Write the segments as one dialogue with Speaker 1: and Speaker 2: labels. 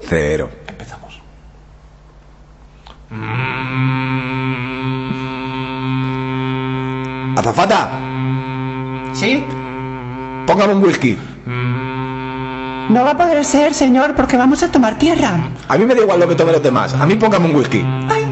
Speaker 1: Cero.
Speaker 2: Empezamos.
Speaker 1: Mm. ¡Azafata!
Speaker 3: ¿Sí?
Speaker 1: Póngame un whisky.
Speaker 4: No va a poder ser, señor, porque vamos a tomar tierra.
Speaker 1: A mí me da igual lo que tomen los demás. A mí póngame un whisky.
Speaker 4: Ay,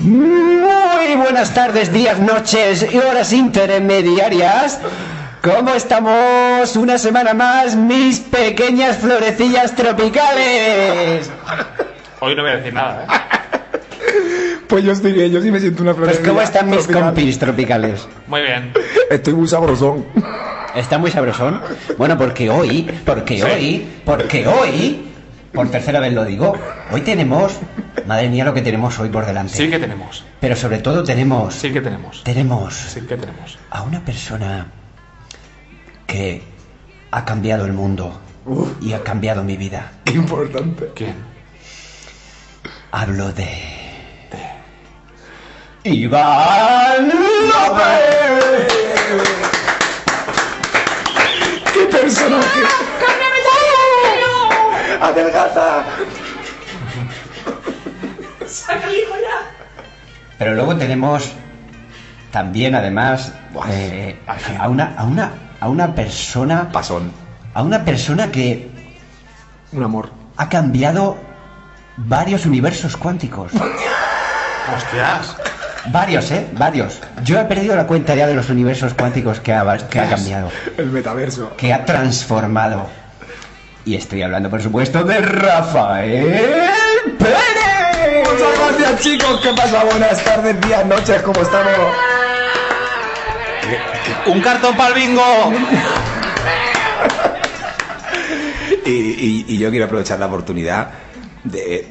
Speaker 3: Muy buenas tardes, días, noches y horas intermediarias. ¿Cómo estamos una semana más, mis pequeñas florecillas tropicales?
Speaker 2: Hoy no voy a decir nada, ¿eh?
Speaker 1: Pues yo estoy bien, yo sí me siento una flor.
Speaker 3: Pues ¿cómo están mis compis tropicales?
Speaker 2: Muy bien.
Speaker 1: Estoy muy sabrosón.
Speaker 3: ¿Está muy sabrosón? Bueno, porque hoy, porque
Speaker 2: Sí.
Speaker 3: hoy, porque hoy, por tercera vez lo digo, hoy tenemos, madre mía lo que tenemos hoy por delante.
Speaker 2: Sí que tenemos.
Speaker 3: Pero sobre todo tenemos,
Speaker 2: Sí que tenemos.
Speaker 3: tenemos
Speaker 2: Sí que tenemos.
Speaker 3: a una persona que ha cambiado el mundo y ha cambiado mi vida.
Speaker 1: Qué importante.
Speaker 2: ¿Quién?
Speaker 3: Hablo de. ¡Iván López!
Speaker 1: ¡Qué personaje! ¡Adelgaza!
Speaker 3: Pero luego tenemos también, además,
Speaker 1: Buah.
Speaker 3: eh, a, una, a, una, a una persona.
Speaker 1: Pasón.
Speaker 3: A una persona que
Speaker 1: Un amor.
Speaker 3: ha cambiado varios universos cuánticos.
Speaker 2: ¡Hostias!
Speaker 3: Varios, ¿eh? Varios. Yo he perdido la cuenta ya de los universos cuánticos que ha, que ha cambiado,
Speaker 1: El metaverso.
Speaker 3: que ha transformado. Y estoy hablando, por supuesto, de Rafael Pérez.
Speaker 1: Muchas gracias chicos, ¿qué pasa? Buenas tardes, días, noches, ¿cómo estamos?
Speaker 2: ¡Un cartón para el bingo!
Speaker 1: Y, y- y yo quiero aprovechar la oportunidad de,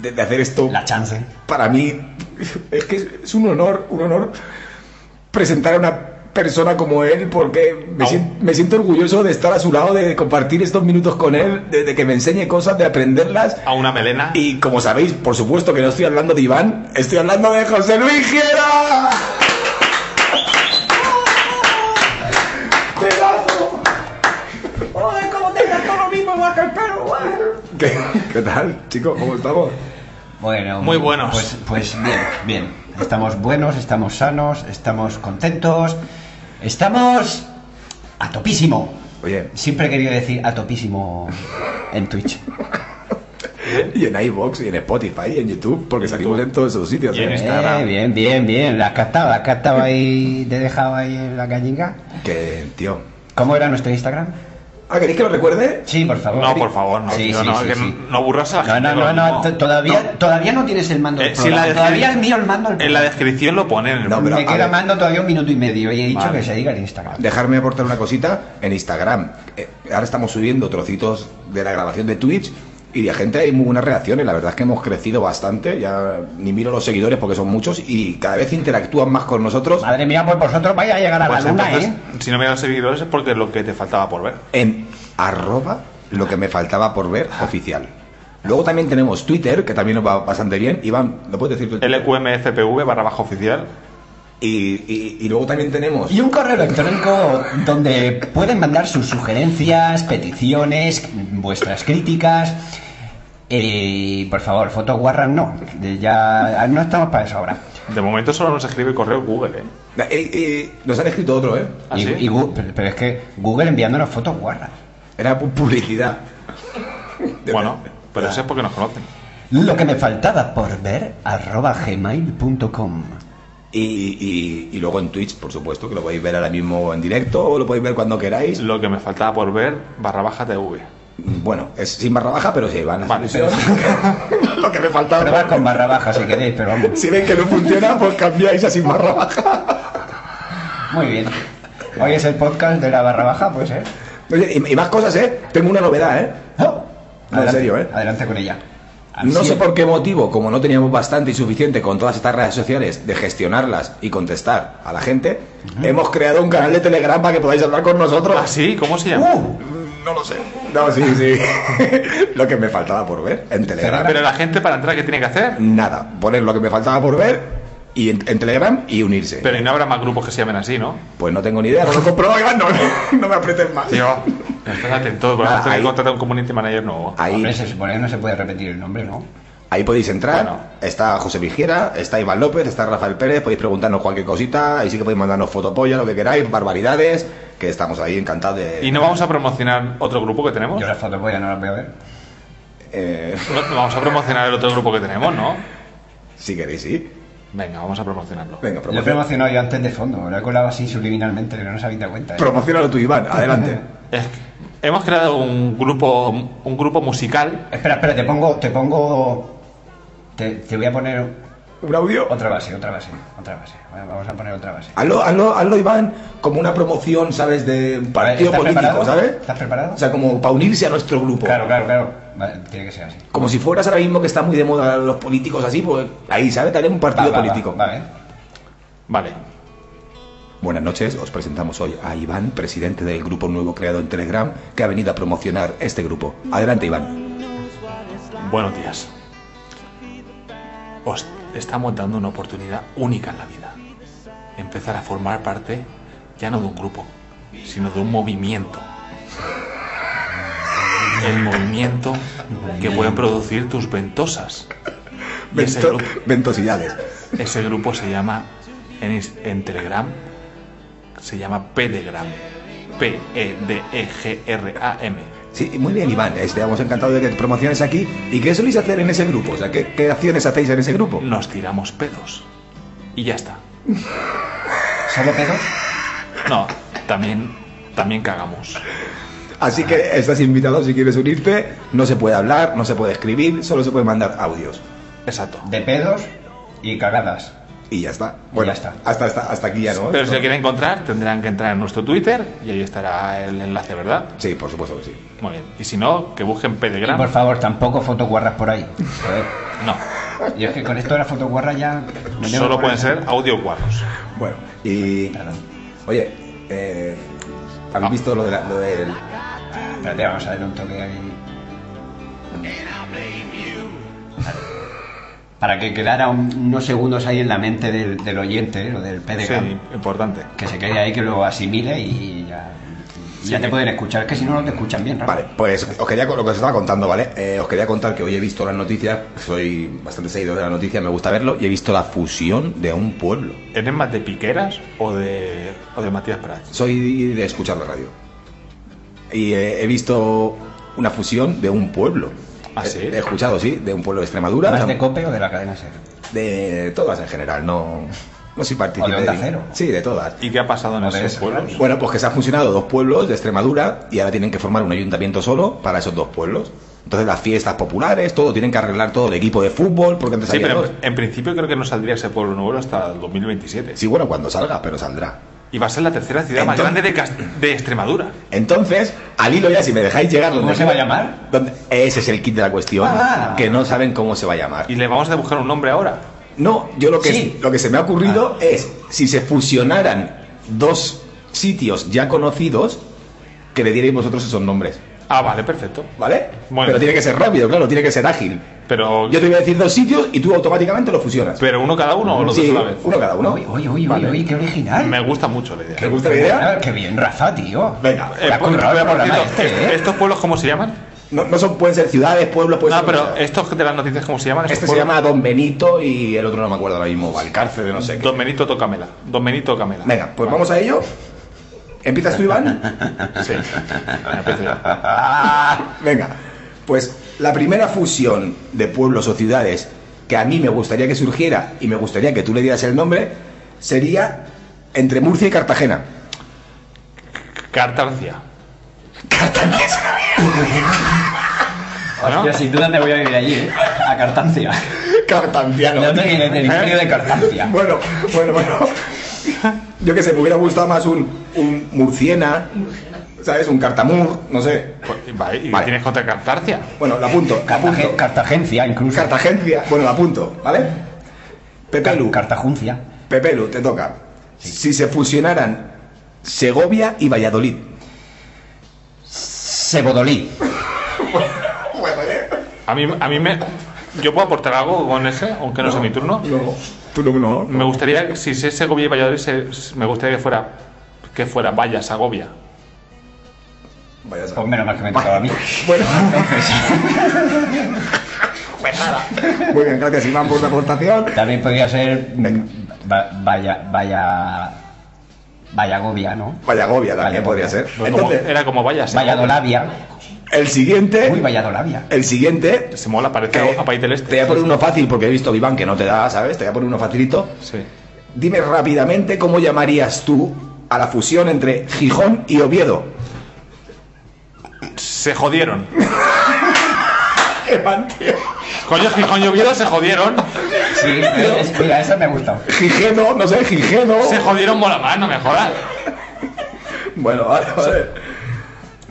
Speaker 1: de- de hacer esto.
Speaker 3: La chance.
Speaker 1: Para mí es que es, es un honor, un honor presentar a una persona como él porque me,
Speaker 2: Au.
Speaker 1: sien- me siento orgulloso de estar a su lado, de compartir estos minutos con él, de, de que me enseñe cosas, de aprenderlas.
Speaker 2: A una melena.
Speaker 1: Y como sabéis, por supuesto que no estoy hablando de Iván, estoy hablando de José Luis Giera.
Speaker 4: joder, cómo te todo lo mismo, baja el pelo,
Speaker 1: ¿Qué, qué tal, chicos? ¿Cómo estamos?
Speaker 3: Bueno.
Speaker 2: Muy buenos.
Speaker 3: Pues, pues bien, bien. Estamos buenos, estamos sanos, estamos contentos, estamos a topísimo.
Speaker 1: Oye,
Speaker 3: Siempre he querido decir a topísimo en Twitch.
Speaker 1: y en iBox, y en Spotify, y en YouTube, porque salimos en todos esos sitios.
Speaker 2: Y en
Speaker 1: ¿eh?
Speaker 2: Instagram.
Speaker 3: Eh, bien, bien, bien. La captaba, la captaba ahí, te dejaba ahí en la gallinga.
Speaker 1: Que, tío.
Speaker 3: ¿Cómo era nuestro Instagram?
Speaker 1: Ah, ¿queréis que lo recuerde?
Speaker 3: Sí, por favor.
Speaker 2: No, por favor, no.
Speaker 3: Sí,
Speaker 2: tío,
Speaker 3: sí,
Speaker 2: no,
Speaker 3: sí,
Speaker 2: que
Speaker 3: sí.
Speaker 2: no burras a la
Speaker 3: No,
Speaker 2: gente
Speaker 3: no,
Speaker 2: con
Speaker 3: no,
Speaker 2: lo
Speaker 3: no,
Speaker 2: mismo.
Speaker 3: t- todavía, todavía no tienes el mando. del
Speaker 2: Eh, si en la
Speaker 3: programa. todavía
Speaker 2: descrip-
Speaker 3: el mío el mando. del
Speaker 2: En la
Speaker 3: programa.
Speaker 2: descripción lo ponen.
Speaker 1: No, pero-
Speaker 3: Me
Speaker 1: a
Speaker 3: queda
Speaker 1: ver.
Speaker 3: mando todavía un minuto y medio y he dicho
Speaker 2: Vale.
Speaker 3: que se diga el Instagram.
Speaker 1: Dejarme aportar una cosita en Instagram. Eh, ahora estamos subiendo trocitos de la grabación de Twitch y de gente hay muy buenas reacciones. La verdad es que hemos crecido bastante. Ya ni miro los seguidores porque son muchos y cada vez interactúan más con nosotros.
Speaker 3: Madre mía, pues vosotros vais a llegar a
Speaker 2: Pues
Speaker 3: la luna,
Speaker 2: entonces,
Speaker 3: ¿eh?
Speaker 2: si no me dan seguidores es porque es lo que te faltaba por ver.
Speaker 1: en arroba lo que me faltaba por ver oficial. Luego también tenemos Twitter, que también nos va bastante bien. Iván, ¿lo puedes decir tú?
Speaker 2: LQMFPV barra baja oficial.
Speaker 1: Y, y- y luego también tenemos...
Speaker 3: Y un correo electrónico donde pueden mandar sus sugerencias, peticiones, vuestras críticas. Eh, por favor, fotos guarras no. Eh, Ya no estamos para eso ahora.
Speaker 2: De momento solo nos escribe correo Google, ¿eh?
Speaker 1: Eh, eh, nos han escrito otro, ¿eh?
Speaker 2: ¿Ah,
Speaker 3: Y-
Speaker 2: sí?
Speaker 3: y Gu- pero, pero es que Google enviándonos fotos guarras.
Speaker 1: Era pu- publicidad.
Speaker 2: Bueno, pero eso es porque nos conocen.
Speaker 3: Lo que me faltaba por ver, arroba gmail.com.
Speaker 1: Y, y- y luego en Twitch, por supuesto, que lo podéis ver ahora mismo en directo o lo podéis ver cuando queráis.
Speaker 2: Lo que me faltaba por ver barra baja TV.
Speaker 1: Bueno, es sin barra baja, pero sí, van
Speaker 2: Vale,
Speaker 1: Lo que me faltaba.
Speaker 3: Probad con barra baja si queréis, pero vamos.
Speaker 1: Si ven que no funciona, pues cambiáis a sin barra baja.
Speaker 3: Muy bien. Hoy es el podcast de la barra baja, pues, ¿eh?
Speaker 1: Oye, y, y más cosas, ¿eh? Tengo una novedad, ¿eh? No, en
Speaker 3: Adelante, Ah,
Speaker 1: serio, ¿eh?
Speaker 3: Adelante con ella.
Speaker 1: No
Speaker 3: Así
Speaker 1: sé
Speaker 3: es.
Speaker 1: por qué motivo, como no teníamos bastante y suficiente con todas estas redes sociales de gestionarlas y contestar a la gente, hemos creado un canal de Telegram para que podáis hablar con nosotros.
Speaker 2: ¿Ah, sí? ¿Cómo se llama?
Speaker 3: ¡Uh!
Speaker 1: No lo sé. No, sí, sí. lo que me faltaba por ver en Telegram.
Speaker 2: Pero la gente para entrar, ¿qué tiene que hacer?
Speaker 1: Nada, poner lo que me faltaba por ver y en, en Telegram y unirse.
Speaker 2: Pero y no habrá más grupos que se llamen así, ¿no?
Speaker 1: Pues no tengo ni idea, no lo compro, no, no me aprieten más.
Speaker 2: Tío, estás atento, vas
Speaker 1: Nada,
Speaker 2: a tener
Speaker 1: ahí-
Speaker 2: que contratar un community manager nuevo.
Speaker 1: Ahí,
Speaker 3: Hombre, se supone que no se puede repetir el nombre, ¿no?
Speaker 1: ahí podéis entrar.
Speaker 2: Bueno.
Speaker 1: Está José Vigiera, está Iván López, está Rafael Pérez. Podéis preguntarnos cualquier cosita. Ahí sí que podéis mandarnos fotopolla, lo que queráis, barbaridades. Que estamos ahí encantados de.
Speaker 2: ¿Y no vamos a promocionar otro grupo que tenemos?
Speaker 3: Yo las fotos voy a no las voy a ver.
Speaker 1: Eh,
Speaker 2: No, no vamos a promocionar el otro grupo que tenemos, ¿no?
Speaker 1: si queréis, sí.
Speaker 2: Venga, vamos a promocionarlo.
Speaker 1: Venga,
Speaker 3: Lo he
Speaker 1: promociona.
Speaker 3: promocionado yo antes de fondo, lo he colado así subliminalmente, pero no se habéis dado cuenta. ¿eh?
Speaker 1: Promocionalo tú, Iván. Adelante.
Speaker 2: Es que hemos creado un grupo, un grupo musical.
Speaker 3: Espera, espera, te pongo, te pongo. Te, te voy a poner
Speaker 1: Un audio.
Speaker 3: otra base, otra base, otra base. Vamos a poner otra base.
Speaker 1: Hazlo, hazlo, hazlo, Iván, como una promoción, ¿sabes? De un partido
Speaker 3: ¿Estás
Speaker 1: político,
Speaker 3: preparado?
Speaker 1: ¿sabes?
Speaker 3: ¿Estás preparado?
Speaker 1: O sea, como para unirse a nuestro grupo.
Speaker 3: Claro, claro, claro. Vale, tiene que ser así.
Speaker 1: Como si fueras ahora mismo que está muy de moda los políticos así, pues ahí, ¿sabes? Daré un partido político.
Speaker 3: Vale.
Speaker 2: Vale.
Speaker 1: Buenas noches, os presentamos hoy a Iván, presidente del grupo nuevo creado en Telegram, que ha venido a promocionar este grupo. Adelante, Iván.
Speaker 2: Buenos días. Os estamos dando una oportunidad única en la vida. Empezar a formar parte ya no de un grupo, sino de un movimiento. El movimiento que pueden producir tus ventosas. Y
Speaker 1: Vento-
Speaker 2: ese este grupo-
Speaker 1: ventosidades.
Speaker 2: Ese grupo se llama en, is- en Telegram, se llama Pedegram. E P-E-D-E-G-R-A-M.
Speaker 1: Sí, muy bien, Iván. Estamos encantados de que te promociones aquí. ¿Y qué soléis hacer en ese grupo? O sea, ¿qué, qué acciones hacéis en ese grupo?
Speaker 2: Nos tiramos pedos. Y ya está.
Speaker 3: ¿Solo pedos?
Speaker 2: No, también, también cagamos.
Speaker 1: Así que estás invitado si quieres unirte. No se puede hablar, no se puede escribir, solo se puede mandar audios.
Speaker 2: Exacto.
Speaker 3: De pedos y cagadas.
Speaker 1: Y ya está. Bueno,
Speaker 3: Ya está.
Speaker 1: Hasta, hasta, hasta aquí ya, ¿no?
Speaker 2: Pero si lo quieren encontrar, tendrán que entrar en nuestro Twitter y ahí estará el enlace, ¿verdad?
Speaker 1: Sí, por supuesto que sí.
Speaker 2: Muy bien. Y si no, que busquen
Speaker 3: Y por
Speaker 2: Pedegram.
Speaker 3: favor, tampoco fotoguarras por ahí. Joder.
Speaker 2: No,
Speaker 3: Y es que con esto de las fotoguarras ya. me tengo
Speaker 2: solo
Speaker 3: que poner-
Speaker 2: pueden ser audio cuadros.
Speaker 1: Bueno, y.
Speaker 3: Perdón.
Speaker 1: Oye, eh, ¿habéis visto lo, de la- lo del.
Speaker 3: Espérate, vamos a darle un toque ahí. Para que quedara un- unos segundos ahí en la mente del, del oyente, o del PDG,
Speaker 2: Sí, importante.
Speaker 3: que se quede ahí, que lo asimile y ya, ya te pueden escuchar. Es que si no, no te escuchan bien, Rafa.
Speaker 1: Vale, pues os quería con- lo que os estaba contando, ¿vale? Eh, os quería contar que hoy he visto las noticias, soy bastante seguidor de la noticia, me gusta verlo, y he visto la fusión de un pueblo.
Speaker 2: ¿Eres más de Piqueras o de, o de Matías Prats?
Speaker 1: Soy de escuchar la radio. Y eh, he visto una fusión de un pueblo.
Speaker 2: ¿Ah, sí?
Speaker 1: He, he escuchado, sí, de un pueblo de Extremadura.
Speaker 3: ¿Más
Speaker 1: o sea,
Speaker 3: de COPE o de la cadena SER?
Speaker 1: de todas en general, no, no soy partícipe.
Speaker 3: O de Onda
Speaker 1: ni-
Speaker 3: Cero.
Speaker 1: Sí, de todas.
Speaker 2: ¿Y qué ha pasado en
Speaker 3: Joder,
Speaker 2: esos pueblos?
Speaker 1: Bueno, pues que se han fusionado dos pueblos de Extremadura y ahora tienen que formar un ayuntamiento solo para esos dos pueblos. Entonces las fiestas populares, todo, tienen que arreglar todo el equipo de fútbol, porque antes
Speaker 2: Sí,
Speaker 1: había
Speaker 2: pero
Speaker 1: dos.
Speaker 2: en, en principio creo que no saldría ese pueblo nuevo hasta el 2027.
Speaker 1: Sí, bueno, cuando salga, pero saldrá.
Speaker 2: Y va a ser la tercera ciudad más
Speaker 1: Entonces-
Speaker 2: grande de, Cas- de Extremadura.
Speaker 1: Entonces, al hilo ya, si me dejáis llegar...
Speaker 3: ¿Cómo
Speaker 1: donde-
Speaker 3: se va a llamar?
Speaker 1: donde- Ese es el kit de la cuestión,
Speaker 3: Ah.
Speaker 1: que no saben cómo se va a llamar.
Speaker 2: Y le vamos a buscar un nombre ahora.
Speaker 1: No, yo lo que,
Speaker 3: Sí. Ah.
Speaker 1: lo que se me ha ocurrido es si se fusionaran dos sitios ya conocidos, que le dierais vosotros esos nombres.
Speaker 2: Ah, vale, perfecto.
Speaker 1: ¿Vale?
Speaker 2: Bueno.
Speaker 1: Pero tiene que ser rápido, claro, tiene que ser ágil.
Speaker 2: Pero,
Speaker 1: Yo te voy a decir dos sitios y tú automáticamente los fusionas.
Speaker 2: pero uno cada uno o los
Speaker 1: Sí,
Speaker 2: dos a la vez.
Speaker 1: uno cada uno.
Speaker 3: Uy, uy, uy,
Speaker 1: Vale.
Speaker 3: uy, uy, qué original.
Speaker 2: Me gusta mucho la idea.
Speaker 1: ¿Te gusta la idea?
Speaker 3: Ah, Qué bien, Rafa, tío.
Speaker 1: Venga.
Speaker 2: Eh,
Speaker 3: la ha
Speaker 2: por-
Speaker 3: comprado el
Speaker 2: por
Speaker 3: programa
Speaker 2: cierto,
Speaker 3: este, ¿eh?
Speaker 2: ¿Estos pueblos cómo se llaman?
Speaker 1: No, no son, pueden ser ciudades, pueblos, pueden ser
Speaker 2: No,
Speaker 1: lo
Speaker 2: pero este
Speaker 1: que sea.
Speaker 2: estos de las noticias, ¿cómo se llaman?
Speaker 1: Pues Este
Speaker 2: Estos
Speaker 1: se
Speaker 2: pueblos.
Speaker 1: llama Don Benito y el otro no me acuerdo ahora mismo, Valcárcel, no sé qué.
Speaker 2: Don Benito Tocamela. Don Benito Tocamela.
Speaker 1: Venga, pues vamos a ello. ¿Empiezas tú, Iván?
Speaker 2: Sí. Venga, empiezo yo.
Speaker 1: Venga, pues la primera fusión de pueblos o ciudades que a mí me gustaría que surgiera y me gustaría que tú le dieras el nombre sería entre Murcia y Cartagena.
Speaker 2: Cartancia. ¿No?
Speaker 3: Hostia, sin duda me voy a vivir allí, ¿eh? A Cartancia.
Speaker 1: Cartanciano.
Speaker 3: No te el imperio de Cartancia.
Speaker 1: Bueno, bueno, bueno. Yo qué sé, me hubiera gustado más un, un Murciena, ¿sabes? Un Cartamur, no sé.
Speaker 2: Pues, vale, ¿Y
Speaker 1: Vale.
Speaker 2: tienes contra Cartagia?
Speaker 1: Bueno, la apunto, la apunto.
Speaker 3: Cartagen- Cartagencia, incluso.
Speaker 1: Cartagencia, bueno, la apunto, ¿vale? Pepelu,
Speaker 3: Car- Cartajuncia.
Speaker 1: Pepelu, te toca. Si se fusionaran Segovia y Valladolid.
Speaker 3: Sebodolí.
Speaker 2: A mí, a mí me... ¿Yo puedo aportar algo con ese, aunque no, sea mi turno?
Speaker 1: No, tú no, no.
Speaker 2: Me gustaría, si es Segovia y Valladolid, se- se- me gustaría que fuera, que fuera Vaya, Segovia.
Speaker 1: Vaya
Speaker 3: Pues menos mal que me tocaba a mí.
Speaker 1: Bueno, pues nada. Muy bien, gracias Iván por tu aportación.
Speaker 3: También podría ser. mm, va- Vaya. Vaya. Vaya Gobia, ¿no?
Speaker 1: Valladolid también
Speaker 3: Valladolid.
Speaker 1: podría ser.
Speaker 2: Pues como-
Speaker 1: Entonces,
Speaker 2: era como Vaya, Segovia.
Speaker 3: Valladolivia.
Speaker 1: el
Speaker 3: Uy,
Speaker 1: siguiente,
Speaker 3: Valladolivia.
Speaker 1: el siguiente
Speaker 2: Se mola, parece
Speaker 1: Que
Speaker 2: a País del
Speaker 1: Eh, Te voy
Speaker 2: Este.
Speaker 1: a poner uno fácil porque he visto, Iván, que no te da, ¿sabes? Te voy a poner uno facilito.
Speaker 2: Sí.
Speaker 1: Dime rápidamente cómo llamarías tú a la fusión entre Gijón y Oviedo.
Speaker 2: Se jodieron.
Speaker 1: Iván, tío.
Speaker 2: Coño, Gijón y Oviedo se jodieron.
Speaker 3: Sí, eh, es- mira, esa me ha gustado.
Speaker 1: Gijeno, no sé, Gijeno.
Speaker 2: Se jodieron mola más, no me jodas.
Speaker 1: Bueno, vale, vale.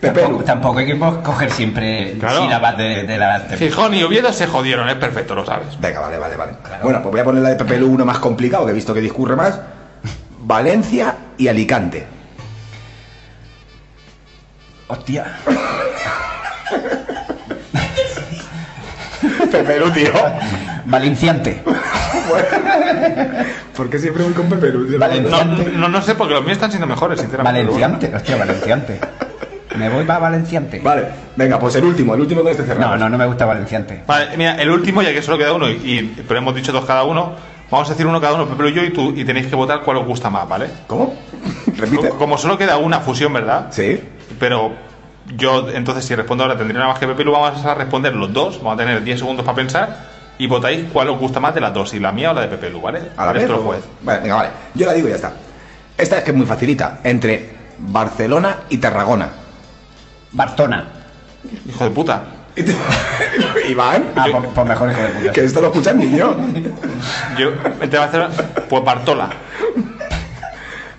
Speaker 1: Pepe,
Speaker 3: Tampoco, tampoco hay que pues, coger siempre
Speaker 2: Claro.
Speaker 3: sílabas de, de la. de-
Speaker 2: Gijón y Oviedo se jodieron, es perfecto, lo sabes.
Speaker 1: Venga, vale, vale, vale. Bueno, pues voy a poner la de Pepe Lu, uno más complicado, que he visto que discurre más. Valencia y Alicante.
Speaker 3: Hostia.
Speaker 1: Pepe Lu, tío.
Speaker 3: Valenciante.
Speaker 1: ¿Por qué siempre voy con Pepe Lu?
Speaker 3: Valencia.
Speaker 2: No, no, no sé, porque los míos están siendo mejores, sinceramente.
Speaker 3: Valenciante. Hostia, Valenciante. Me voy para Valenciante.
Speaker 1: Vale, venga, pues el último, el último con este cerrado.
Speaker 3: No, no, no me gusta Valenciante.
Speaker 2: Vale, mira, el último, ya que solo queda uno, y, y- pero hemos dicho dos cada uno, vamos a decir uno cada uno, pero yo y tú, y tenéis que votar cuál os gusta más, ¿vale?
Speaker 1: ¿Cómo? ¿Repite?
Speaker 2: Co- Como solo queda una fusión, ¿verdad?
Speaker 1: Sí.
Speaker 2: Pero yo, entonces, si respondo ahora, tendría nada más que Pepe Lu, vamos a responder los dos, vamos a tener 10 segundos para pensar, y votáis cuál os gusta más de las dos, si la mía o la de Pepe Lu, ¿vale?
Speaker 1: A la
Speaker 2: Eres
Speaker 1: vez.
Speaker 2: tú el
Speaker 1: o-
Speaker 2: juez.
Speaker 1: Vale, venga, vale. Yo la digo y ya está. Esta es que es muy facilita. Entre Barcelona y Tarragona.
Speaker 3: Bartona.
Speaker 2: Hijo de puta.
Speaker 1: Iván,
Speaker 3: Ah, por, por mejor hijo de puta.
Speaker 1: que esto lo escuchan niño.
Speaker 2: Yo, te va a hacer. Pues Bartola.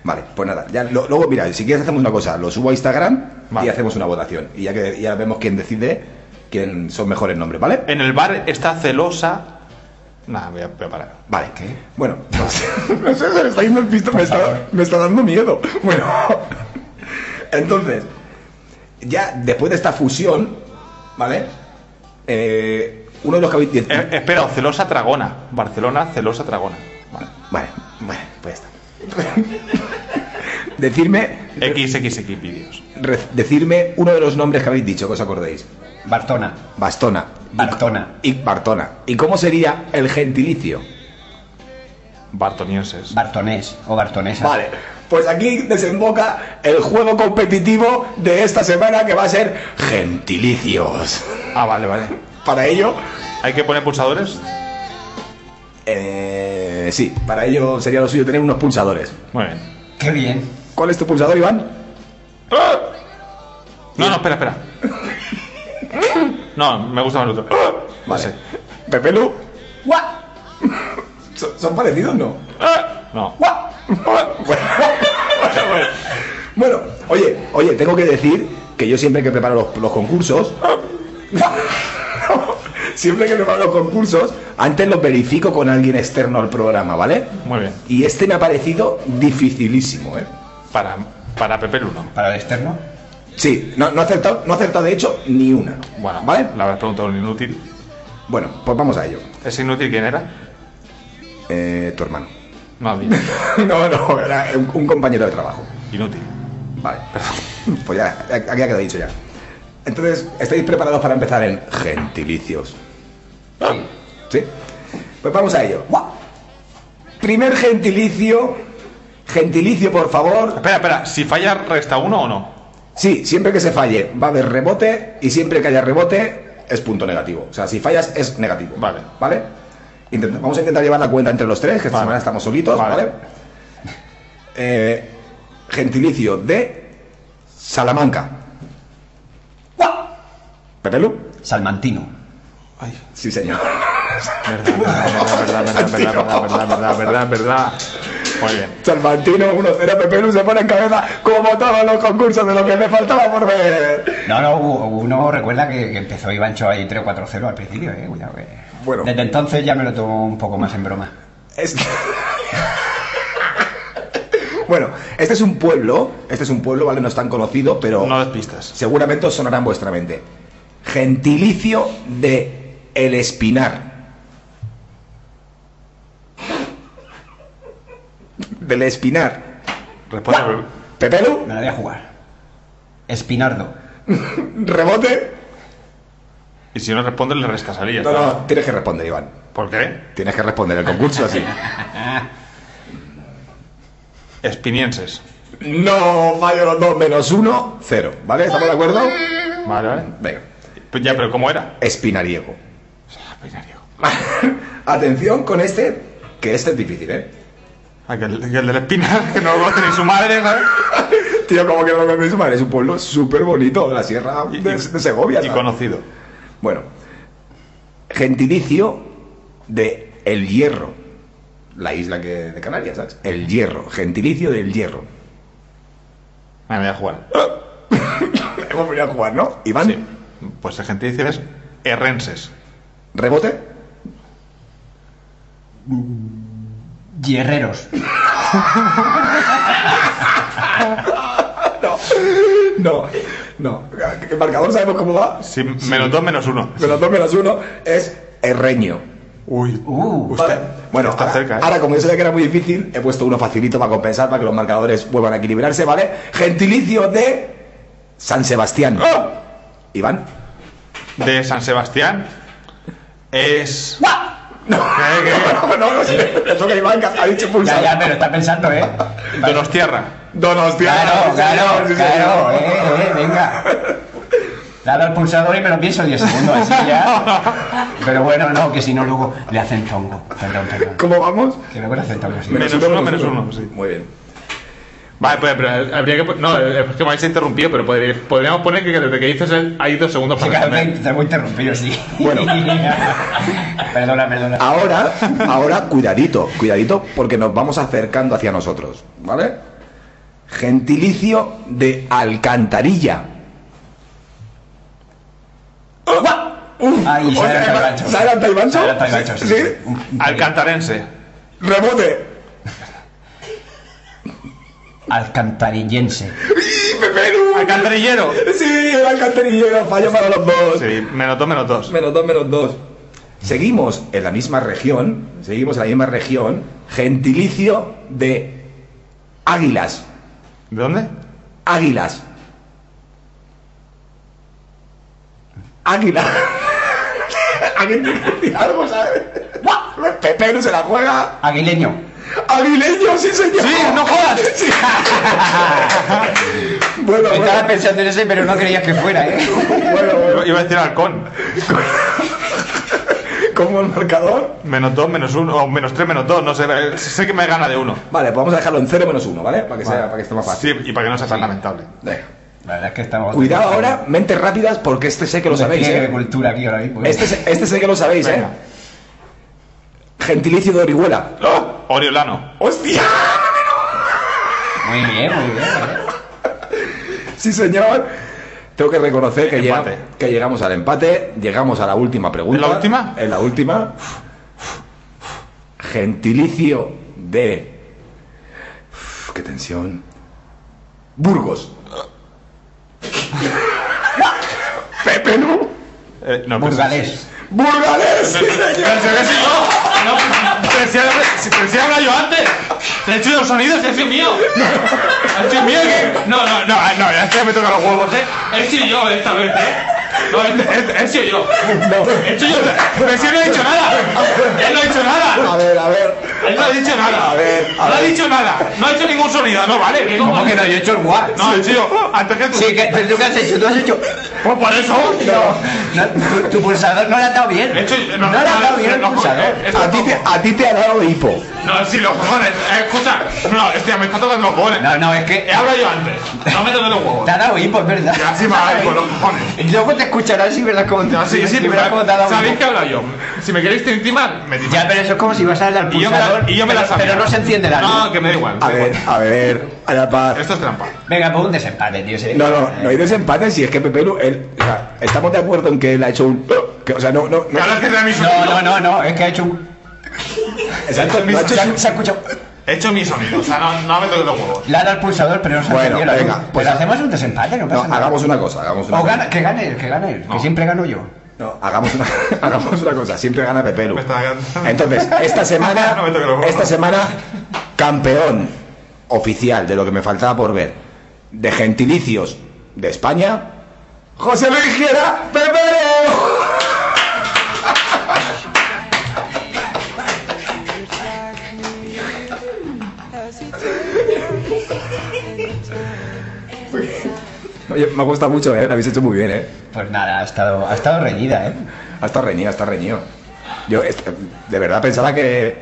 Speaker 1: Vale, pues nada. Ya, lo- luego, mira, si quieres hacemos una cosa. Lo subo a Instagram y
Speaker 2: Vale.
Speaker 1: hacemos una votación. Y ya que ya vemos quién decide quién son mejores nombres, ¿vale?
Speaker 2: En el bar está celosa. Nada, voy a, voy a parar.
Speaker 1: Vale. ¿Qué? Bueno, no sé, no sé, se le está yendo el pisto, me está, me está dando miedo. Bueno, entonces, ya después de esta fusión, ¿vale? Eh, uno de los que habéis...
Speaker 2: Eh, espera, o celosa Tragona. Barcelona, celosa Tragona. Vale.
Speaker 1: Vale, vale, pues ya está. decirme,
Speaker 2: XXX vídeos.
Speaker 1: re- decirme uno de los nombres que habéis dicho, que os acordéis.
Speaker 3: Bartona.
Speaker 1: Bastona
Speaker 3: Bartona.
Speaker 1: y Bartona. ¿Y cómo sería el gentilicio?
Speaker 2: Bartonienses.
Speaker 3: Bartonés o bartonesa.
Speaker 1: Vale, pues aquí desemboca el juego competitivo de esta semana que va a ser gentilicios.
Speaker 2: Ah, vale, vale.
Speaker 1: Para ello,
Speaker 2: ¿Hay que poner pulsadores?
Speaker 1: eh, sí, para ello sería lo suyo tener unos pulsadores.
Speaker 2: Muy bien.
Speaker 3: Qué bien.
Speaker 1: ¿Cuál es tu pulsador, Iván?
Speaker 2: No, no, espera, espera. No, me gusta más el otro. No sé.
Speaker 1: Pepelu. ¿Son, son parecidos, no?
Speaker 2: No.
Speaker 1: Guau. Bueno, bueno, oye, oye, tengo que decir que yo siempre que preparo los, los concursos, siempre que preparo los concursos, antes los verifico con alguien externo al programa, ¿vale?
Speaker 2: Muy bien.
Speaker 1: Y este me ha parecido dificilísimo, ¿eh?
Speaker 2: Para, para Pepe Lu, no.
Speaker 3: Para el externo.
Speaker 1: Sí, no, no he acertado, no he acertado de hecho ni una.
Speaker 2: Bueno,
Speaker 1: ¿vale?
Speaker 2: La habrás preguntado a un inútil.
Speaker 1: Bueno, pues vamos a ello.
Speaker 2: ¿Ese inútil quién era?
Speaker 1: Eh, tu hermano.
Speaker 2: No había.
Speaker 1: no, no, era un- un compañero de trabajo.
Speaker 2: Inútil.
Speaker 1: Vale, pues ya, aquí ha quedado dicho ya. Entonces, ¿estáis preparados para empezar en gentilicios? ¿Sí? Pues vamos a ello. Primer gentilicio. Gentilicio, por favor.
Speaker 2: Espera, espera, si falla, resta uno o no.
Speaker 1: Sí, siempre que se falle va a haber rebote y siempre que haya rebote es punto negativo. O sea, si fallas es negativo.
Speaker 2: Vale.
Speaker 1: ¿Vale? Intenta- vamos a intentar llevar la cuenta entre los tres, que esta
Speaker 2: Vale.
Speaker 1: semana estamos solitos, ¿vale?
Speaker 2: Vale.
Speaker 1: Eh, gentilicio de Salamanca. ¿Pepelu?
Speaker 3: Salmantino.
Speaker 2: Ay,
Speaker 1: Sí, señor.
Speaker 2: verdad, verdad, verdad, verdad, verdad, verdad, verdad, verdad. Muy bien.
Speaker 1: Salmantino 1-0, Pepelu se pone en cabeza como todos los concursos de lo que le faltaba por ver.
Speaker 3: No, no, hubo- uno recuerda que, que empezó Ivancho ahí 3 o 4-0 al principio, eh. cuidado que-
Speaker 1: Bueno.
Speaker 3: Desde entonces ya me lo tomo un poco más en broma.
Speaker 1: Es que- bueno, este es un pueblo, este es un pueblo, ¿vale? No es tan conocido, pero
Speaker 2: No despistas.
Speaker 1: seguramente os sonará en vuestra mente. Gentilicio de El Espinar. Del Espinar.
Speaker 2: Responde.
Speaker 1: Pepelu,
Speaker 3: Me la voy a jugar. Espinardo.
Speaker 1: rebote.
Speaker 2: Y si no responde, le restas a ella.
Speaker 1: No, no, tienes que responder, Iván.
Speaker 2: ¿Por qué?
Speaker 1: Tienes que responder el concurso así.
Speaker 2: Espinienses.
Speaker 1: No, fallo los dos, menos uno, cero. ¿Vale? ¿Estamos de acuerdo?
Speaker 2: Vale, vale.
Speaker 1: Venga.
Speaker 2: Pues ya, pero ¿cómo era?
Speaker 1: Espinariego.
Speaker 2: Espinario.
Speaker 1: Atención con este, que este es difícil, ¿eh?
Speaker 2: Aquel, aquel del espinar, Ah, que no lo conoce ni su madre, ¿sabes?
Speaker 1: Tío, como que no lo conoces, madre, es un pueblo súper bonito, la sierra
Speaker 2: Y-
Speaker 1: de,
Speaker 2: y-
Speaker 1: de Segovia.
Speaker 2: Y
Speaker 1: ¿sabes?
Speaker 2: conocido.
Speaker 1: Bueno, gentilicio de El Hierro, la isla que, de Canarias, ¿sabes? El Hierro, gentilicio del Hierro.
Speaker 2: Ah, Me voy a jugar.
Speaker 1: ¿Ah? Hemos venido a jugar, ¿no? Iván,
Speaker 2: Sí. Pues el gentilicio es herrenses.
Speaker 1: rebote.
Speaker 3: Hierreros.
Speaker 1: No, no. El marcador sabemos cómo va.
Speaker 2: Sí, menos dos, menos uno.
Speaker 1: Menos dos, menos uno es Herreño.
Speaker 2: Uy.
Speaker 3: Uh.
Speaker 2: Usted,
Speaker 1: Bueno,
Speaker 2: está
Speaker 1: ahora,
Speaker 2: cerca, ¿eh?
Speaker 1: ahora, como yo sabía que era muy difícil, he puesto uno facilito para compensar, para que los marcadores vuelvan a equilibrarse, ¿vale? Gentilicio de San Sebastián.
Speaker 2: ¡Ah!
Speaker 1: Iván.
Speaker 2: De San Sebastián es. ¿Qué, qué,
Speaker 1: No, no, no, sí, le toca a Iván, que ha dicho
Speaker 3: Ya,
Speaker 1: pulsar.
Speaker 3: ya, pero está pensando, ¿eh?
Speaker 2: qué? Donostierra.
Speaker 1: Donostia.
Speaker 3: Claro,
Speaker 1: Sí,
Speaker 3: claro,
Speaker 1: señor, sí,
Speaker 3: claro,
Speaker 1: señor.
Speaker 3: eh, eh, venga. Dale al pulsador y me lo pienso 10 segundos, así ya. Pero bueno, no, que si no luego le hacen chongo. Perdón, perdón.
Speaker 1: ¿Cómo vamos?
Speaker 3: Que luego le hacen chongo, sí.
Speaker 2: Menos uno, menos uno, sí.
Speaker 1: Muy bien.
Speaker 2: Vale, pues pero habría que. No, eh, es que me habéis interrumpido, pero podría- podríamos poner que desde que dices el- hay dos segundos
Speaker 3: Sí,
Speaker 2: para
Speaker 3: claro, te,
Speaker 2: responder.
Speaker 3: te voy a interrumpir, sí.
Speaker 1: Bueno.
Speaker 3: perdona, perdona.
Speaker 1: Ahora, ahora, cuidadito, cuidadito, porque nos vamos acercando hacia nosotros, ¿vale? Gentilicio de Alcantarilla.
Speaker 3: Ay, se
Speaker 1: Oye,
Speaker 3: adelanta el gancho.
Speaker 1: ¿se adelanta el gancho?
Speaker 3: Se adelanta el gancho, sí.
Speaker 1: ¿Sí?
Speaker 3: Un-
Speaker 2: Alcantarense.
Speaker 1: ¡Rebote!
Speaker 3: Alcantarillense.
Speaker 2: Alcantarillero.
Speaker 1: Sí, el alcantarillero, fallo para los dos.
Speaker 2: Sí, menos dos, menos dos.
Speaker 1: Menos dos, menos dos. Seguimos en la misma región, seguimos en la misma región, gentilicio de Águilas.
Speaker 2: ¿De dónde?
Speaker 1: Águilas. Águila. ¿Alguien tiene que decir algo, sabe? Pepe no se la juega.
Speaker 3: Aguileño.
Speaker 1: Aguileño, sí señor.
Speaker 2: ¡Sí, no jodas!
Speaker 1: Sí. bueno, bueno,
Speaker 3: Estaba pensando en ese, pero no creías que fuera, ¿eh?
Speaker 1: bueno, bueno.
Speaker 2: Iba a decir halcón.
Speaker 1: Como el marcador.
Speaker 2: Menos dos, menos uno. O menos tres, menos dos. No sé. eh, Sé que me gana de uno.
Speaker 1: Vale, pues vamos a dejarlo en 0 menos 1, ¿vale? Para que, sea,
Speaker 2: Vale.
Speaker 1: para que esté más
Speaker 2: Sí,
Speaker 1: fácil.
Speaker 2: y para que no sea tan lamentable.
Speaker 1: Venga.
Speaker 3: La verdad es que estamos...
Speaker 1: Cuidado ahora, mentes rápidas, porque este sé que lo
Speaker 3: Lo
Speaker 1: sabéis.
Speaker 3: sabéis,
Speaker 1: ¿eh?
Speaker 3: de cultura aquí ahora mismo.
Speaker 1: Este, sé- este sé que lo sabéis, ¿eh?
Speaker 2: Venga.
Speaker 1: Gentilicio de Orihuela.
Speaker 2: ¡Oh! Oriolano.
Speaker 1: ¡Hostia!
Speaker 3: Muy bien, muy bien.
Speaker 1: Sí, señor. Tengo que reconocer que,
Speaker 2: Empate.
Speaker 1: llega- que llegamos al empate, llegamos a la última pregunta.
Speaker 2: ¿En la última?
Speaker 1: En la última. Gentilicio de. Uf, ¡Qué tensión! Burgos. Pepe, ¿no?
Speaker 2: Eh, no, pero-
Speaker 3: Burgalés.
Speaker 1: ¡Burgales! ¡Sí, señor!
Speaker 2: Pensé que sí, no. No, pensé, pensé hablar yo antes. Te he hecho los sonidos, he sido mío. Ha sido mío que. No, no, no, no, ya este me toca los huevos, eh. He sido yo esta vez, eh. No, este, este, he sido yo. He sido yo. Pero si él no ha dicho nada. Él no ha dicho
Speaker 1: A
Speaker 2: nada.
Speaker 1: ver, a ver.
Speaker 2: Él no ha dicho nada.
Speaker 1: A ver, a
Speaker 2: no ha
Speaker 1: ver.
Speaker 2: dicho nada. No ha hecho ningún sonido, no vale.
Speaker 3: ¿Cómo que no? Yo he hecho el guap.
Speaker 2: No, he sido yo. Antes que tú.
Speaker 3: Sí, que, pero tú qué has hecho, tú has hecho...
Speaker 2: Pues por eso.
Speaker 3: No, tu, tu pulsador no lo ha atado bien.
Speaker 2: De hecho,
Speaker 3: no
Speaker 2: no,
Speaker 3: lo ha
Speaker 2: no,
Speaker 3: atado
Speaker 2: no,
Speaker 3: bien el
Speaker 2: no,
Speaker 3: pulsador.
Speaker 2: eh,
Speaker 1: A ti, te, a ti te ha dado hipo.
Speaker 2: No, sí, los cojones. Eh, escucha, no, hostia, me está tocando los cojones.
Speaker 3: No, no, es que
Speaker 2: He hablado yo antes. No me toques los huevos.
Speaker 3: te ha dado hipo, es verdad.
Speaker 2: Y así me ha dado hipo, los cojones.
Speaker 3: Y luego te escucharás y verás cómo te,
Speaker 2: No, sí, sí,
Speaker 3: y verás cómo te ha
Speaker 2: pero
Speaker 3: dado
Speaker 2: sabéis
Speaker 3: hipo.
Speaker 2: que he hablado yo. Si me queréis intimar, me
Speaker 3: Ya,
Speaker 2: intimáis.
Speaker 3: pero eso es como si vas a dar al
Speaker 2: Y yo me la-
Speaker 3: pulsador.
Speaker 2: y yo me la
Speaker 3: pero,
Speaker 2: sabía.
Speaker 3: pero no se enciende la luz.
Speaker 2: No, que me da igual.
Speaker 1: A
Speaker 2: me da
Speaker 1: ver,
Speaker 2: igual.
Speaker 1: a ver, a la paz.
Speaker 2: Esto es trampa.
Speaker 3: Venga, pues un desempate, tío. se-
Speaker 1: No, no, no hay desempate si es que Pepe Lu, él, o sea, estamos de acuerdo en que él ha hecho un... que, o sea, no, no, no,
Speaker 2: Me hablas que sea mi
Speaker 3: No,
Speaker 2: sonido.
Speaker 3: no, no, no, es que ha hecho un...
Speaker 1: exacto, no ha hecho
Speaker 3: Se ha,
Speaker 1: su-
Speaker 3: se ha escuchado...
Speaker 2: He hecho mi sonido, o sea, no, no me toques los huevos.
Speaker 3: Le ha dado al pulsador, pero no se ha
Speaker 1: Bueno,
Speaker 3: encendido la luz.
Speaker 1: venga, pues
Speaker 3: pero
Speaker 1: ha-
Speaker 3: hacemos un desempate, no
Speaker 1: No,
Speaker 3: pasa nada.
Speaker 1: hagamos una cosa, hagamos una
Speaker 3: O
Speaker 1: cosa.
Speaker 3: gana, que gane él, que gane él, que siempre gano yo.
Speaker 1: No, hagamos una, hagamos una cosa, siempre gana Pepe Lu.
Speaker 2: Me está ganando.
Speaker 1: Entonces, esta semana,
Speaker 2: No me toques los huevos.
Speaker 1: esta semana, campeón oficial de lo que me faltaba por ver, de gentilicios de España, José Luis Giera, Pepe Lu. Oye, me gusta mucho, ¿eh? Lo habéis hecho muy bien, ¿eh?
Speaker 3: Pues nada, ha estado, ha estado reñida, ¿eh?
Speaker 1: Ha estado Ah, reñido, ha estado reñido. Yo este, de verdad pensaba que,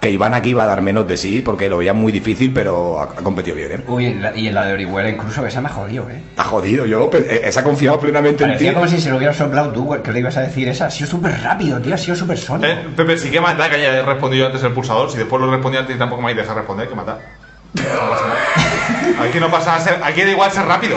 Speaker 1: que Iván aquí iba a dar menos de sí porque lo veía muy difícil, pero ha, ha competido bien. ¿eh?
Speaker 3: Uy, en la- y en la de Orihuela incluso, que esa me ha jodido, ¿eh?
Speaker 1: Ha jodido, yo pe- eh, eh, se ha confiado plenamente en ti.
Speaker 3: Parecía como si se lo hubiera soplado tú, que le ibas a decir esa. Ha sido súper rápido, tío, ha sido súper sólido.
Speaker 2: Eh, Pepe, si que más da que haya respondido antes el pulsador, si después lo respondí antes y tampoco me habéis dejado responder, que mata. No pasa nada. Aquí no pasa a ser, aquí da igual ser rápido.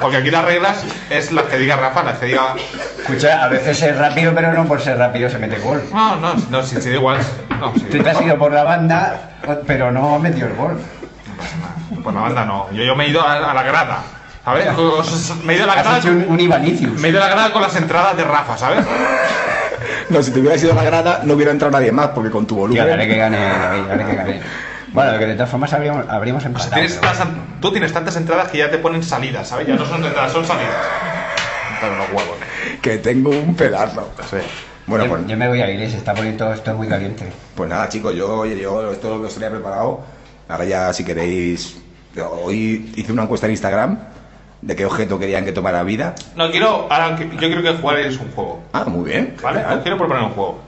Speaker 2: Porque aquí las reglas es las que diga Rafa, las que diga.
Speaker 3: Escucha, a veces es rápido, pero no por ser rápido se mete gol.
Speaker 2: No, no, no, si, si da igual. No, sí.
Speaker 3: Tú te has ido por la banda, pero no has metido el gol.
Speaker 2: Por la banda Pues no. Yo, yo me he ido a, a la grada. ¿Sabes? Me he ido a la
Speaker 3: Has hecho
Speaker 2: grada.
Speaker 3: un, un Ibanicius.
Speaker 2: Ah, Me he ido a la grada con las entradas de Rafa, ¿sabes?
Speaker 1: No, si te hubiera sido la grada no hubiera entrado nadie más porque con tu
Speaker 3: Tío,
Speaker 1: volumen.
Speaker 3: dale que gane, David, dale que gane. Bueno, que de todas formas habríamos, habríamos
Speaker 2: O sea,
Speaker 3: empatado.
Speaker 2: tienes
Speaker 3: pero
Speaker 2: las an- tú tienes tantas entradas que ya te ponen salidas, ¿sabes? Ya no son entradas, son salidas. Pero los huevos.
Speaker 3: ¿eh?
Speaker 1: Que tengo un pedazo. Bueno,
Speaker 3: yo,
Speaker 1: pues,
Speaker 3: yo me voy a ir, se está poniendo todo esto muy caliente.
Speaker 1: pues nada, chicos, yo, yo esto lo tenía preparado. Ahora ya, si queréis, hoy hice una encuesta en Instagram de qué objeto querían que tomara vida.
Speaker 2: No, quiero. Ahora, que- yo creo que jugar es un juego.
Speaker 1: Ah, muy bien.
Speaker 2: ¿Vale? Os quiero proponer un juego.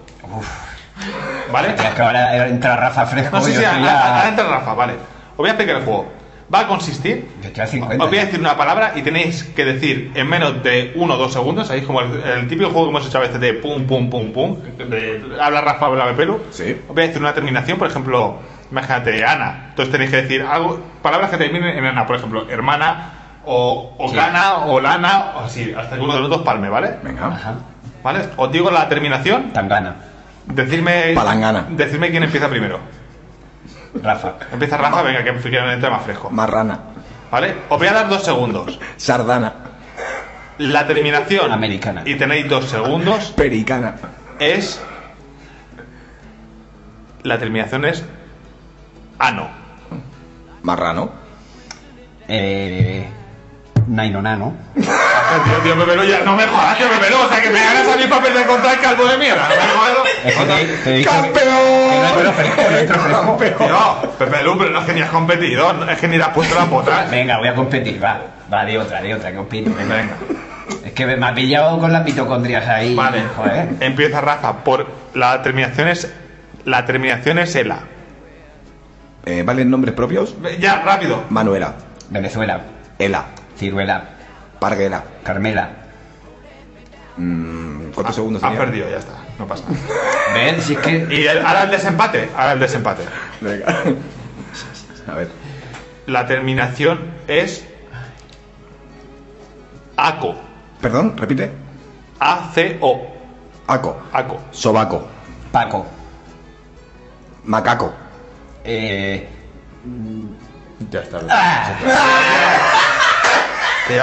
Speaker 2: ¿Vale?
Speaker 3: Es que ahora entra Rafa Fresco.
Speaker 2: No sé
Speaker 3: yo,
Speaker 2: si.
Speaker 3: estoy
Speaker 2: Ahora
Speaker 3: a,
Speaker 2: entra Rafa, vale. Os voy a explicar el juego. Va a consistir
Speaker 3: yo estoy a
Speaker 2: Os voy a
Speaker 3: 50.
Speaker 2: decir una palabra y tenéis que decir en menos de uno o dos segundos. Ahí es como el, el típico juego que hemos hecho a veces de pum, pum, pum, pum. de habla Rafa, habla Pepelu.
Speaker 1: Sí.
Speaker 2: Os voy a decir una terminación, por ejemplo, imagínate Ana. Entonces tenéis que decir algo, palabras que terminen en Ana, por ejemplo, hermana o, o
Speaker 3: Sí.
Speaker 2: gana o lana o así, hasta que uno de los dos palme, ¿vale?
Speaker 1: Venga.
Speaker 3: Ajá,
Speaker 2: ¿Vale? Os digo la terminación,
Speaker 3: tan gana.
Speaker 2: decidme.
Speaker 1: Palangana.
Speaker 2: Decidme quién empieza primero.
Speaker 3: Rafa.
Speaker 2: Empieza Rafa, venga, que que entre más fresco.
Speaker 1: Marrana.
Speaker 2: ¿Vale? Os voy a dar dos segundos.
Speaker 1: Sardana.
Speaker 2: La terminación
Speaker 3: Americana.
Speaker 2: y tenéis dos segundos
Speaker 1: Pericana.
Speaker 2: es la terminación es ah, ano.
Speaker 1: Marrano.
Speaker 3: Eh, Nainona, ¿no?
Speaker 2: Tío, tío, Pepe, no, ya no me jodas, que Pepe, no, o sea, que me ganas a mí para perder contra el calvo de mierda. No, me jodas.
Speaker 3: Es que te, te he dicho que- que no
Speaker 1: ¡Campeón!
Speaker 3: entro fresco, no entro fresco.
Speaker 2: no, Pepe Lu, pero no es que ni has competido, no, es que ni le has puesto la potra.
Speaker 3: Ah, Venga, voy a competir, va. Va, de otra, de otra, que opino. Venga.
Speaker 2: Venga,
Speaker 3: Es que me me ha pillado con las mitocondrias ahí.
Speaker 2: vale.
Speaker 3: Joder.
Speaker 2: Empieza Rafa por la terminación es la terminación es ela.
Speaker 1: Eh, ¿Valen nombres propios?
Speaker 2: Ya, rápido.
Speaker 1: Manuela.
Speaker 3: Venezuela,
Speaker 1: Ela.
Speaker 3: Ciruela,
Speaker 1: Parguela.
Speaker 3: Carmela.
Speaker 1: Mm, ¿Cuántos segundos
Speaker 2: Has
Speaker 1: tenía?
Speaker 2: Ah, perdido, ya está, no pasa nada.
Speaker 3: ¿Ven? Si es que.
Speaker 2: Y el- ahora el desempate, ahora el desempate.
Speaker 1: Venga. A ver.
Speaker 2: La terminación es aco,
Speaker 1: Perdón, repite.
Speaker 2: a c o,
Speaker 1: Aco.
Speaker 2: aco.
Speaker 1: Sobaco.
Speaker 3: Paco.
Speaker 1: Macaco.
Speaker 3: Eh.
Speaker 2: Ya está.
Speaker 3: ¡ah!
Speaker 2: Tío,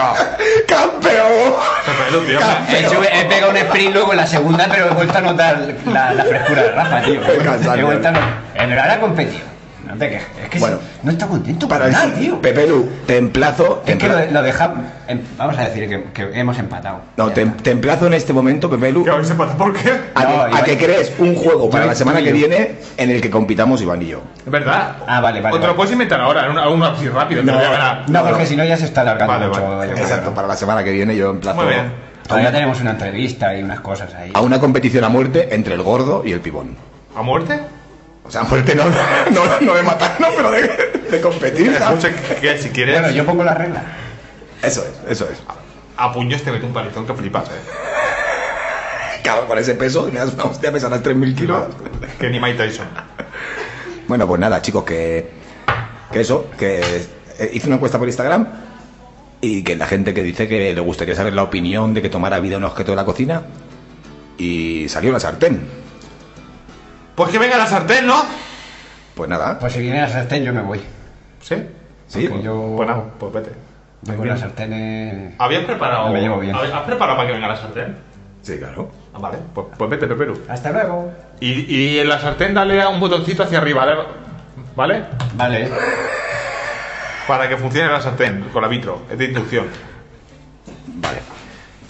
Speaker 1: ¡Campeón!
Speaker 2: Pepe, tío,
Speaker 3: He, hecho- he pegado un sprint luego en la segunda, pero he vuelto a notar la, la frescura de Rafa, tío.
Speaker 1: Qué cansado,
Speaker 3: He vuelto a
Speaker 1: tío.
Speaker 3: notar. Pero ahora he competido. No te quejes. Es que
Speaker 1: Bueno.
Speaker 3: si- no está contento
Speaker 1: Para
Speaker 3: con
Speaker 1: el
Speaker 3: nada, tío.
Speaker 1: Pepe Lu, te emplazo. te
Speaker 3: Es que
Speaker 1: empla-
Speaker 3: lo, lo dejamos. em, Vamos a decir que, que hemos empatado.
Speaker 1: No,
Speaker 3: Ya
Speaker 1: te,
Speaker 3: está.
Speaker 5: em-
Speaker 1: te emplazo en este momento, Pepe Lu,
Speaker 2: Que hoy sepa por qué.
Speaker 1: a,
Speaker 3: No,
Speaker 1: que, a
Speaker 3: Iván-
Speaker 1: que crees un juego para
Speaker 3: Yo-
Speaker 1: la semana
Speaker 3: yo-
Speaker 1: que viene en el que compitamos Iván y yo.
Speaker 2: ¿Es ¿Verdad?
Speaker 3: Ah, vale, vale,
Speaker 2: O te
Speaker 3: vale.
Speaker 2: lo puedes inventar ahora, en una, una así rápido.
Speaker 1: No,
Speaker 2: te lo voy a ganar.
Speaker 3: No, porque si no ya se está alargando
Speaker 2: Vale,
Speaker 3: mucho.
Speaker 2: vale.
Speaker 3: yo creo.
Speaker 1: Exacto, para la semana que viene yo emplazo
Speaker 2: Muy bien.
Speaker 3: Todavía tenemos una entrevista y unas cosas ahí.
Speaker 1: a una competición a muerte entre el gordo y el pibón.
Speaker 2: ¿A muerte?
Speaker 1: O sea, a muerte no, no, no de matarnos, pero de, de competir. ¿sabes?
Speaker 2: Escucha, que, que si quieres,
Speaker 3: Bueno, yo pongo las reglas.
Speaker 1: Eso es, eso es.
Speaker 2: a puños te mete un palizón que flipas, eh.
Speaker 1: Claro, con ese peso, me das una hostia, pesarás 3.000 kilos.
Speaker 2: Que ni Mike Tyson.
Speaker 1: Bueno, pues nada, chicos, que, que eso, que eh, hice una encuesta por Instagram y que la gente que dice que le gustaría saber la opinión de que tomara vida un objeto de la cocina y salió la sartén.
Speaker 2: Pues que venga la sartén, ¿no?
Speaker 1: Pues nada,
Speaker 3: Pues si viene la sartén, yo me voy.
Speaker 2: Sí.
Speaker 1: sí,
Speaker 3: porque yo-
Speaker 2: Pues nada, pues vete.
Speaker 3: Voy con las sartenes.
Speaker 2: ¿Habías preparado?
Speaker 3: Me llevo bien.
Speaker 2: ¿Has preparado para que venga la sartén?
Speaker 1: sí, claro.
Speaker 2: Ah, vale. Pues, pues vete, Peperú.
Speaker 3: Hasta luego.
Speaker 2: Y, y en la sartén dale a un botoncito hacia arriba, ¿vale? ¿Vale?
Speaker 3: Vale.
Speaker 2: Para que funcione la sartén con la vitro. Es de inducción.
Speaker 1: Vale.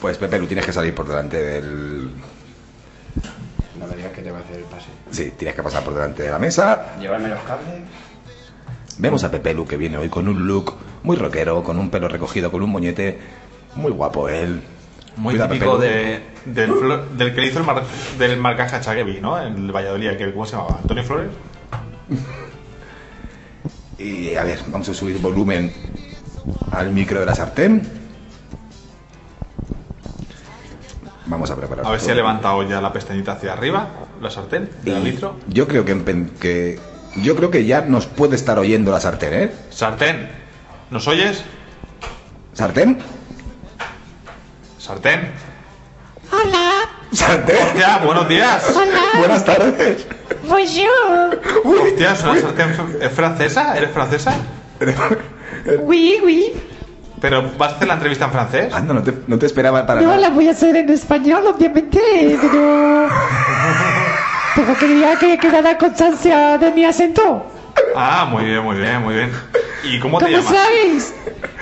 Speaker 1: Pues Pepe, tú tienes que salir por delante del...
Speaker 5: No me digas que te va a hacer el pase.
Speaker 1: Sí, tienes que pasar por delante de la mesa,
Speaker 5: Llevarme los cables.
Speaker 1: Vemos a Pepe Lu que viene hoy con un look muy rockero, con un pelo recogido, con un moñete. Muy guapo él.
Speaker 2: Muy
Speaker 1: Cuida,
Speaker 2: típico
Speaker 1: Pepe Lu.
Speaker 2: de, del, Flo- del que le hizo el mar, del marcaje a Chagevi, ¿no? En el Valladolid, aquel, ¿cómo se llamaba? ¿Antonio Flores?
Speaker 1: Y a ver, vamos a subir volumen al micro de la sartén. Vamos a preparar.
Speaker 2: A ver si
Speaker 1: todo.
Speaker 2: ha levantado ya la pestañita hacia arriba, la sartén, de la
Speaker 1: Y
Speaker 2: vitro.
Speaker 1: Yo creo que, empe- que- yo creo que ya nos puede estar oyendo la sartén, ¿eh?
Speaker 2: Sartén, ¿nos oyes?
Speaker 1: ¿Sartén?
Speaker 2: Sartén.
Speaker 4: Hola,
Speaker 1: ¿Sartén?
Speaker 2: ¡Hostia, buenos días!
Speaker 4: hola,
Speaker 1: Buenas tardes.
Speaker 4: bonjour,
Speaker 2: ¡Hostia, es una sartén fr- ¿es francesa? ¿Eres francesa?
Speaker 4: oui, oui.
Speaker 2: ¿Pero vas a hacer la entrevista en francés?
Speaker 1: Anda, no te, no te esperaba para
Speaker 4: No
Speaker 1: nada.
Speaker 4: la voy a hacer en español, obviamente, pero. Pero quería que quedara constancia de mi acento.
Speaker 2: Ah, muy bien, muy bien, muy bien. ¿Y cómo te
Speaker 4: ¿Cómo
Speaker 2: llamas? Ah,
Speaker 4: sabéis?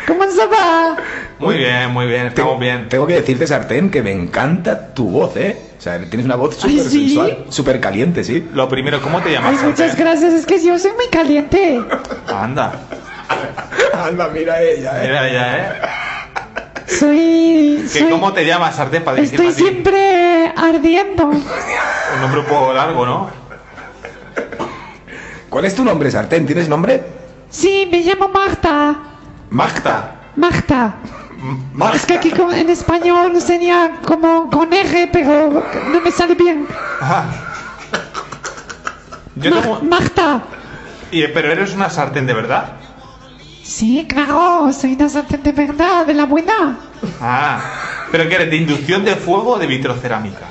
Speaker 4: ¿Cómo se va?
Speaker 2: Muy bien, muy bien,
Speaker 1: Tengo,
Speaker 2: estamos bien.
Speaker 1: tengo que decirte, Sartén, que me encanta tu voz, ¿eh? O sea, tienes una voz
Speaker 4: Ay,
Speaker 1: súper
Speaker 4: ¿sí?
Speaker 1: sensual, súper caliente, sí.
Speaker 2: Lo primero, ¿cómo te
Speaker 4: Ay,
Speaker 2: llamas?
Speaker 4: muchas
Speaker 2: sartén?
Speaker 4: gracias, es que yo soy muy caliente.
Speaker 2: Anda,
Speaker 1: Alma, mira ella, ¿eh?
Speaker 2: mira ya, ¿eh?
Speaker 4: Soy.
Speaker 2: ¿Que
Speaker 4: soy-
Speaker 2: ¿Cómo te llamas, sartén, para dirigirme
Speaker 4: Estoy
Speaker 2: a ti?
Speaker 4: siempre ardiendo.
Speaker 2: Un nombre un poco largo, ¿no?
Speaker 1: ¿Cuál es tu nombre, Sartén? ¿Tienes nombre?
Speaker 4: Sí, me llamo Marta.
Speaker 1: Magda.
Speaker 4: Marta.
Speaker 1: Magda.
Speaker 4: Es que aquí como en español sería como con R, pero no me sale bien.
Speaker 2: Yo
Speaker 4: Mar-
Speaker 2: tengo-
Speaker 4: Marta.
Speaker 2: Y, pero eres una sartén de verdad.
Speaker 4: Sí, claro, soy una sartén de verdad, de la buena.
Speaker 2: Ah, pero que eres de inducción de fuego o de vitrocerámica.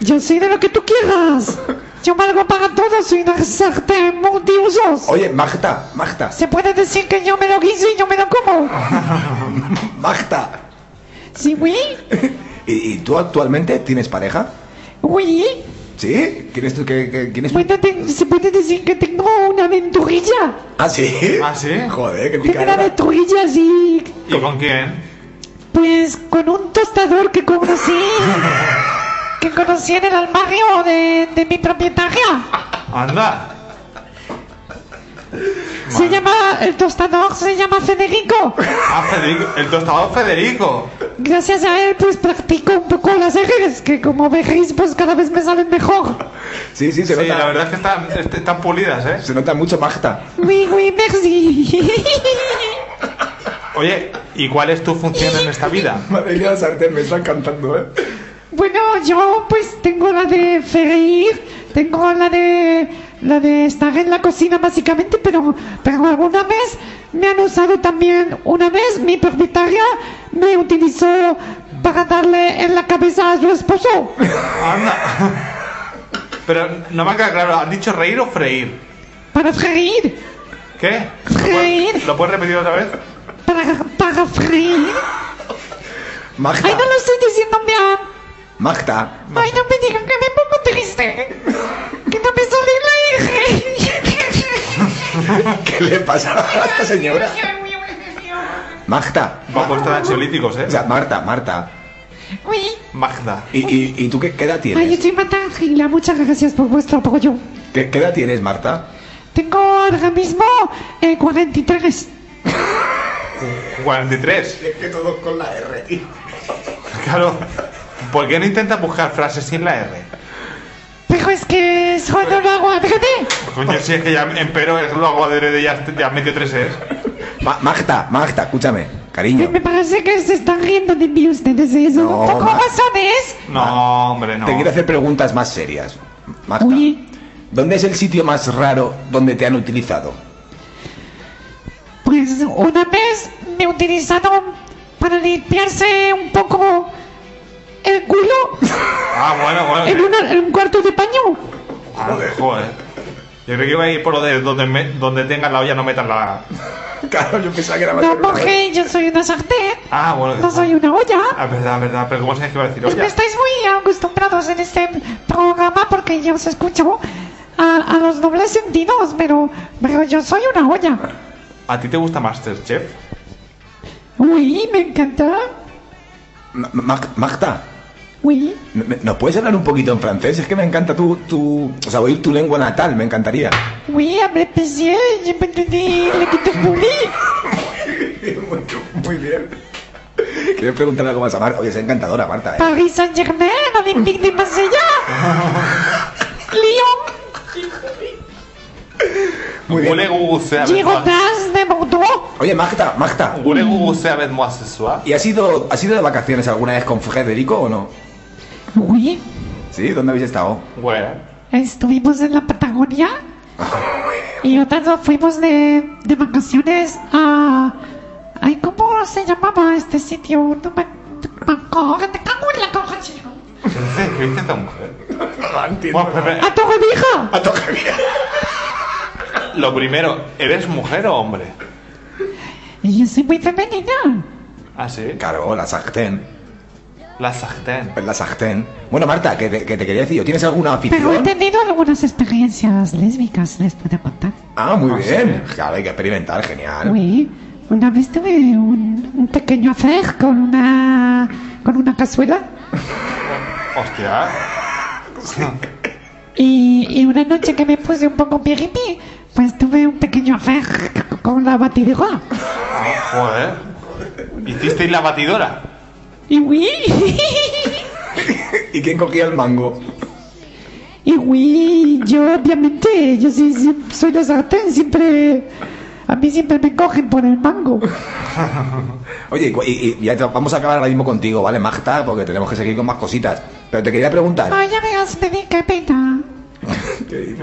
Speaker 4: Yo soy de lo que tú quieras. Yo valgo para todo, soy una sartén multiusos.
Speaker 1: Oye, Magda, Magda,
Speaker 4: Se puede decir que yo me lo guiso y yo me lo como.
Speaker 1: Magda.
Speaker 4: Sí, oui,
Speaker 1: ¿Y, y tú actualmente tienes pareja?
Speaker 4: oui.
Speaker 1: ¿Sí? ¿Quién es tu...? qué- qué- quién es tu-
Speaker 4: Bueno, te- se puede decir que tengo una aventurilla.
Speaker 1: ¿Ah, sí?
Speaker 2: ¿Ah, sí?
Speaker 1: Joder, qué
Speaker 4: Tengo una
Speaker 1: picada.
Speaker 4: aventurilla así,
Speaker 2: ¿Y con quién?
Speaker 4: pues con un tostador que conocí, que conocí en el armario de, de mi propietaria.
Speaker 2: Anda.
Speaker 4: Se llama, el tostador se llama Federico.
Speaker 2: Ah, Federico, el tostador Federico.
Speaker 4: Gracias a él, pues practico un poco las ejes, que como veis, pues cada vez me salen mejor.
Speaker 1: Sí, sí, se
Speaker 2: Sí,
Speaker 1: nota.
Speaker 2: la verdad es que están, est- están pulidas, ¿eh?
Speaker 1: Se nota mucho Magda.
Speaker 4: Oui, oui, merci.
Speaker 2: Oye, ¿y cuál es tu función en esta vida?
Speaker 1: Madre mía, Sartén, me está cantando, ¿eh?
Speaker 4: Bueno, yo pues tengo la de freír, tengo la de la de estar en la cocina básicamente, pero pero alguna vez me han usado también una vez mi propietaria me utilizó para darle en la cabeza a su esposo.
Speaker 2: Anda. Pero no me ha quedado claro, ¿has dicho reír o freír?
Speaker 4: Para freír,
Speaker 2: ¿Qué?
Speaker 4: Freír.
Speaker 2: ¿Lo puedes repetir otra vez?
Speaker 4: para, para freír.
Speaker 1: Magda,
Speaker 4: Ay, no lo estoy diciendo bien.
Speaker 1: Magda.
Speaker 4: Ay, no me digan que me pongo triste. Que no me sale la R.
Speaker 1: ¿Qué le pasa a esta señora? Magda.
Speaker 2: Va a puesto de ansiolíticos, ¿eh?
Speaker 1: O sea, Marta, Marta.
Speaker 4: Uy.
Speaker 2: Magda.
Speaker 1: ¿Y, y, y tú qué, qué edad
Speaker 4: Ay, yo
Speaker 1: tienes?
Speaker 4: soy Marta Ángela, muchas gracias por vuestro apoyo.
Speaker 1: ¿Qué, qué edad tienes, Marta?
Speaker 4: Tengo ahora mismo eh, 43.
Speaker 2: 43.
Speaker 1: Es que todos con la R, tío.
Speaker 2: Claro. ¿Por qué no intentas buscar frases sin la R?
Speaker 4: Pero es que eso no lo hago, fíjate.
Speaker 2: Coño, si es que ya empero es lo hago de ya, ya metió tres es.
Speaker 1: Magda, Magda, escúchame,
Speaker 4: Eh,
Speaker 1: cariño.
Speaker 4: Me parece que se están riendo de mí ustedes, ¿eh? son
Speaker 1: No,
Speaker 4: un poco
Speaker 1: ma-
Speaker 4: razones.
Speaker 2: No, hombre, no.
Speaker 1: Te quiero hacer preguntas más serias. Magda,
Speaker 4: Uy.
Speaker 1: ¿dónde es el sitio más raro donde te han utilizado?
Speaker 4: Pues una vez me utilizaron para limpiarse un poco el culo
Speaker 2: Ah, bueno,
Speaker 4: en,
Speaker 2: bueno.
Speaker 4: una- en un cuarto de paño.
Speaker 2: Ah, joder. Yo creo que iba a ir por lo de donde, me- donde tengas la olla no metas la...
Speaker 1: Claro, yo pensaba que era
Speaker 4: No, porque yo soy una sartén,
Speaker 2: Ah, bueno.
Speaker 4: no soy una olla.
Speaker 2: Ah, verdad, verdad. Pero ¿cómo sabes que iba a decir
Speaker 4: Pues me
Speaker 2: olla?
Speaker 4: estáis muy acostumbrados en este programa porque yo os escucho a, a los dobles sentidos, pero, pero yo soy una olla.
Speaker 2: ¿A ti te gusta Masterchef?
Speaker 4: Uy, me encanta.
Speaker 1: Ma- Mag- Magda,
Speaker 4: Uy,
Speaker 1: ¿me- me- ¿nos puedes hablar un poquito en francés? Es que me encanta tu, tu... O sea, oír tu lengua natal, me encantaría.
Speaker 4: uy, hablé pesé, je peux te dire le petit poulet.
Speaker 1: Muy bien. Quiero preguntarle algo más a Marta. Oye, es encantadora, Marta. ¿eh?
Speaker 4: Paris Saint-Germain, Olympique de Marsella. Lyon,
Speaker 1: Muy bien.
Speaker 2: Huele guguce a vez más.
Speaker 4: Girondins de Bordeaux.
Speaker 1: Oye, Magda, Magda.
Speaker 2: Huele guguce a vez más sexual.
Speaker 1: ¿Y has ido, has ido de vacaciones alguna vez con Federico o no?
Speaker 4: Uy,
Speaker 1: ¿Sí? ¿Dónde habéis estado?
Speaker 2: Bueno.
Speaker 4: estuvimos en la Patagonia. Y otras nos fuimos de, de vacaciones a... Ay, ¿cómo se llamaba este sitio? No me, me acuerdo, te cago en la coja, chico.
Speaker 2: ¿Qué viste esta mujer? Bueno, pero- pero-
Speaker 4: ¡A Torrevieja!
Speaker 2: lo primero, ¿eres mujer o hombre?
Speaker 4: Y yo soy muy femenina.
Speaker 2: Ah, sí.
Speaker 1: Claro, la sartén.
Speaker 2: La sartén.
Speaker 1: La sartén. Bueno, Marta, que te, que te quería decir yo, ¿tienes alguna
Speaker 4: Pero este- he
Speaker 1: afición?
Speaker 4: tenido algunas experiencias lésbicas, les puedo contar.
Speaker 1: Ah, muy
Speaker 2: Ah,
Speaker 1: bien. Claro, hay que experimentar, genial.
Speaker 4: Uy, una vez tuve un, un pequeño hacer con una con una cazuela
Speaker 2: Hostia.
Speaker 4: y, y una noche que me puse un poco piripi, pues tuve un pequeño hacer con la batidora.
Speaker 2: Ah, Joder. ¿Hicisteis la batidora?
Speaker 4: Y uy,
Speaker 1: ¿Y quién cogía el mango?
Speaker 4: y uy, yo obviamente, yo sí- sí soy la sartén, siempre, a mí siempre me cogen por el mango.
Speaker 1: Oye, y cu- y, y ya te- vamos a acabar ahora mismo contigo, ¿vale, Magda? Porque tenemos que seguir con más cositas. Pero te quería preguntar.
Speaker 4: Ay, ya veas, me di qué pena,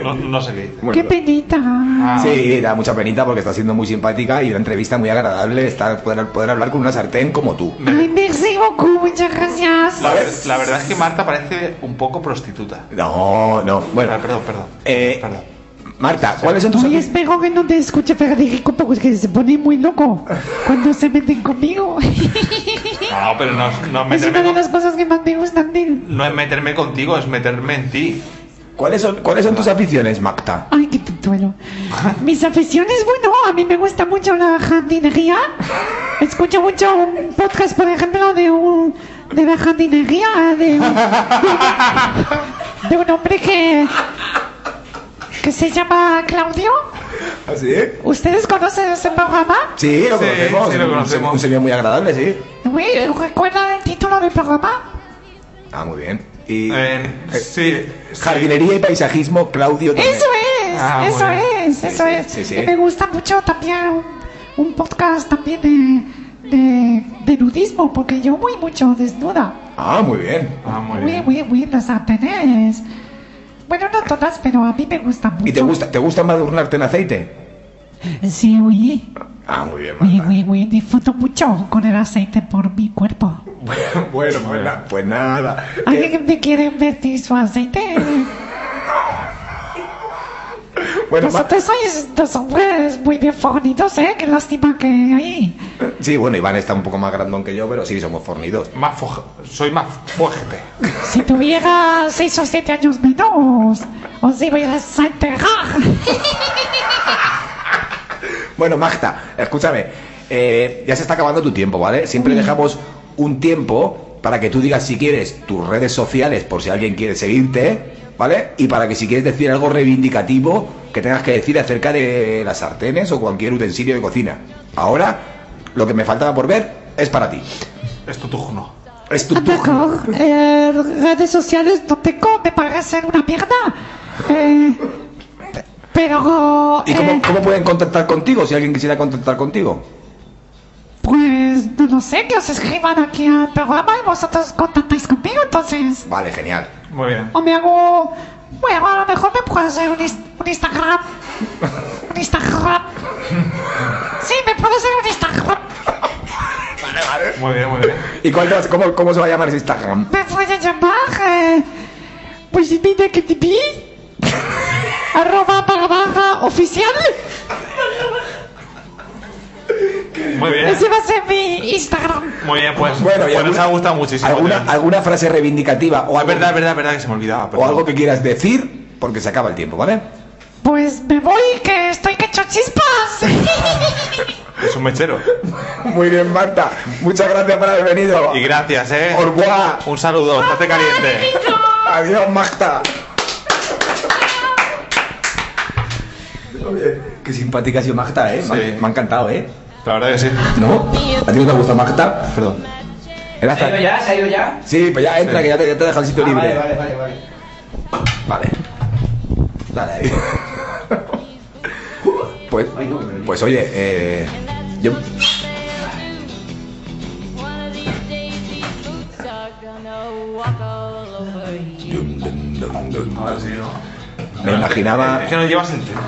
Speaker 2: No, no sé qué dice.
Speaker 1: Bueno,
Speaker 4: qué penita.
Speaker 2: Ah,
Speaker 1: Sí, da mucha penita porque está siendo muy simpática y una entrevista muy agradable estar, poder, poder hablar con una sartén como tú.
Speaker 4: Ay, merci beaucoup, muchas gracias.
Speaker 2: La, ver- la verdad es que Marta parece un poco prostituta.
Speaker 1: No, no. Bueno,
Speaker 2: Ah, perdón, perdón.
Speaker 1: Eh,
Speaker 2: Perdón.
Speaker 1: Marta, ¿cuáles son tus
Speaker 4: Oye,
Speaker 1: afi-
Speaker 4: espero que no te escuche Federico porque se pone muy loco cuando se meten conmigo.
Speaker 2: No, pero no, no es
Speaker 4: es una
Speaker 2: meterme,
Speaker 4: de
Speaker 2: con-
Speaker 4: las cosas que más me gustan de él.
Speaker 2: no es meterme contigo, es meterme en ti.
Speaker 1: ¿Cuáles son, ¿cuáles son tus aficiones, Magda?
Speaker 4: Ay, qué tontuelo. Mis aficiones, bueno, a mí me gusta mucho la jardinería. Escucho mucho un podcast, por ejemplo, de un de la jardinería de un, de un- de un hombre que que se llama Claudio.
Speaker 1: ¿Así?
Speaker 4: ¿Ustedes conocen ese programa?
Speaker 1: Sí, lo
Speaker 2: ¿Ah, Sí,
Speaker 1: conocemos.
Speaker 2: sí, lo
Speaker 1: Un-
Speaker 2: conocemos.
Speaker 1: Un señor muy agradable, sí.
Speaker 4: Uy, ¿Recuerdan el título del programa?
Speaker 1: Ah, muy bien. Y
Speaker 2: Eh, sí, sí.
Speaker 1: jardinería y paisajismo, Claudio. también.
Speaker 4: Eso es,
Speaker 2: Ah,
Speaker 4: eso
Speaker 2: bueno.
Speaker 4: es, eso
Speaker 1: sí,
Speaker 4: es.
Speaker 1: sí, sí.
Speaker 4: Y me gusta mucho también un, un podcast también de, de, de nudismo, porque yo voy mucho desnuda.
Speaker 1: Ah, muy bien.
Speaker 2: Ah, muy
Speaker 4: Muy,
Speaker 2: bien.
Speaker 4: muy, muy, las sartenes. Bueno, no todas, pero a mí me gusta mucho.
Speaker 1: ¿Y te gusta, te gusta madurnarte en aceite?
Speaker 4: Sí, uy,
Speaker 1: Ah, muy bien,
Speaker 4: uy,
Speaker 1: Marta.
Speaker 4: uy, uy, disfruto mucho con el aceite por mi cuerpo.
Speaker 1: Bueno, pues, na- pues nada. Eh,
Speaker 4: ¿Alguien me quiere invertir su aceite?
Speaker 1: bueno, Ma-
Speaker 4: Vosotros sois dos hombres muy bien fornidos, ¿eh? Qué lástima que ahí.
Speaker 1: sí, bueno, Iván está un poco más grandón que yo, pero sí, somos fornidos.
Speaker 2: Más foj- soy más fuerte.
Speaker 4: Si tuviera seis o siete años menos, os ibais a enterrar.
Speaker 1: Bueno, Magda, escúchame. eh, ya se está acabando tu tiempo, ¿vale? Siempre dejamos un tiempo para que tú digas si quieres tus redes sociales por si alguien quiere seguirte, ¿vale? Y para que si quieres decir algo reivindicativo que tengas que decir acerca de las sartenes o cualquier utensilio de cocina. Ahora, lo que me faltaba por ver es para ti.
Speaker 2: Es tu turno.
Speaker 1: Es tu
Speaker 4: Ah,
Speaker 1: turno.
Speaker 4: D'accord. Eh, redes sociales no tengo, me parecen una mierda. Eh, pero.
Speaker 1: ¿Y
Speaker 4: eh,
Speaker 1: cómo, cómo pueden contactar contigo si alguien quisiera contactar contigo?
Speaker 4: Pues no lo sé, que os escriban aquí al programa y vosotros contactáis conmigo, entonces.
Speaker 1: Vale, genial.
Speaker 2: Muy bien.
Speaker 4: O me hago. Bueno, a lo mejor me puedo hacer un, ins- un Instagram. Un Instagram. Sí, me puedo hacer un Instagram.
Speaker 2: Muy bien, muy bien.
Speaker 1: ¿Y cuál te vas- cómo, cómo se va a llamar ese Instagram?
Speaker 4: Me voy a llamar. Eh, pues mira que te vi. Arroba para baja oficial.
Speaker 2: Muy bien.
Speaker 4: Ese va a ser mi Instagram.
Speaker 2: Muy bien, pues.
Speaker 1: Bueno, y
Speaker 2: pues nos
Speaker 1: alguna-
Speaker 2: ha gustado muchísimo.
Speaker 1: ¿Alguna,
Speaker 2: Adrián.
Speaker 1: alguna frase reivindicativa o
Speaker 2: Es
Speaker 1: algo,
Speaker 2: verdad, es verdad, es verdad que se me olvidaba.
Speaker 1: o
Speaker 2: perdón.
Speaker 1: algo que quieras decir? Porque se acaba el tiempo, ¿vale?
Speaker 4: Pues me voy, que estoy que echo chispas.
Speaker 2: Es un mechero.
Speaker 1: Muy bien, Marta. Muchas gracias por haber venido.
Speaker 2: Y gracias, eh.
Speaker 1: Au revoir.
Speaker 2: Un saludo, estate caliente.
Speaker 1: Adiós, Magda. Qué simpática ha sido Magda, ¿eh? Me ha-
Speaker 2: Sí.
Speaker 1: Me ha encantado, ¿eh?
Speaker 2: La verdad que sí.
Speaker 1: ¿No? ¿A ti no te gusta Magda? Perdón. Era
Speaker 3: ¿Se ha ido
Speaker 1: hasta-
Speaker 3: ya? ¿Se ha ido ya?
Speaker 1: Sí, pues ya entra,
Speaker 2: Sí.
Speaker 1: que ya te, ya te deja el sitio
Speaker 3: Ah,
Speaker 1: libre.
Speaker 3: vale, vale, vale, vale.
Speaker 1: Vale. Dale ahí. pues, pues oye, eh, yo... Me imaginaba,
Speaker 2: Es que no llevas el tiempo.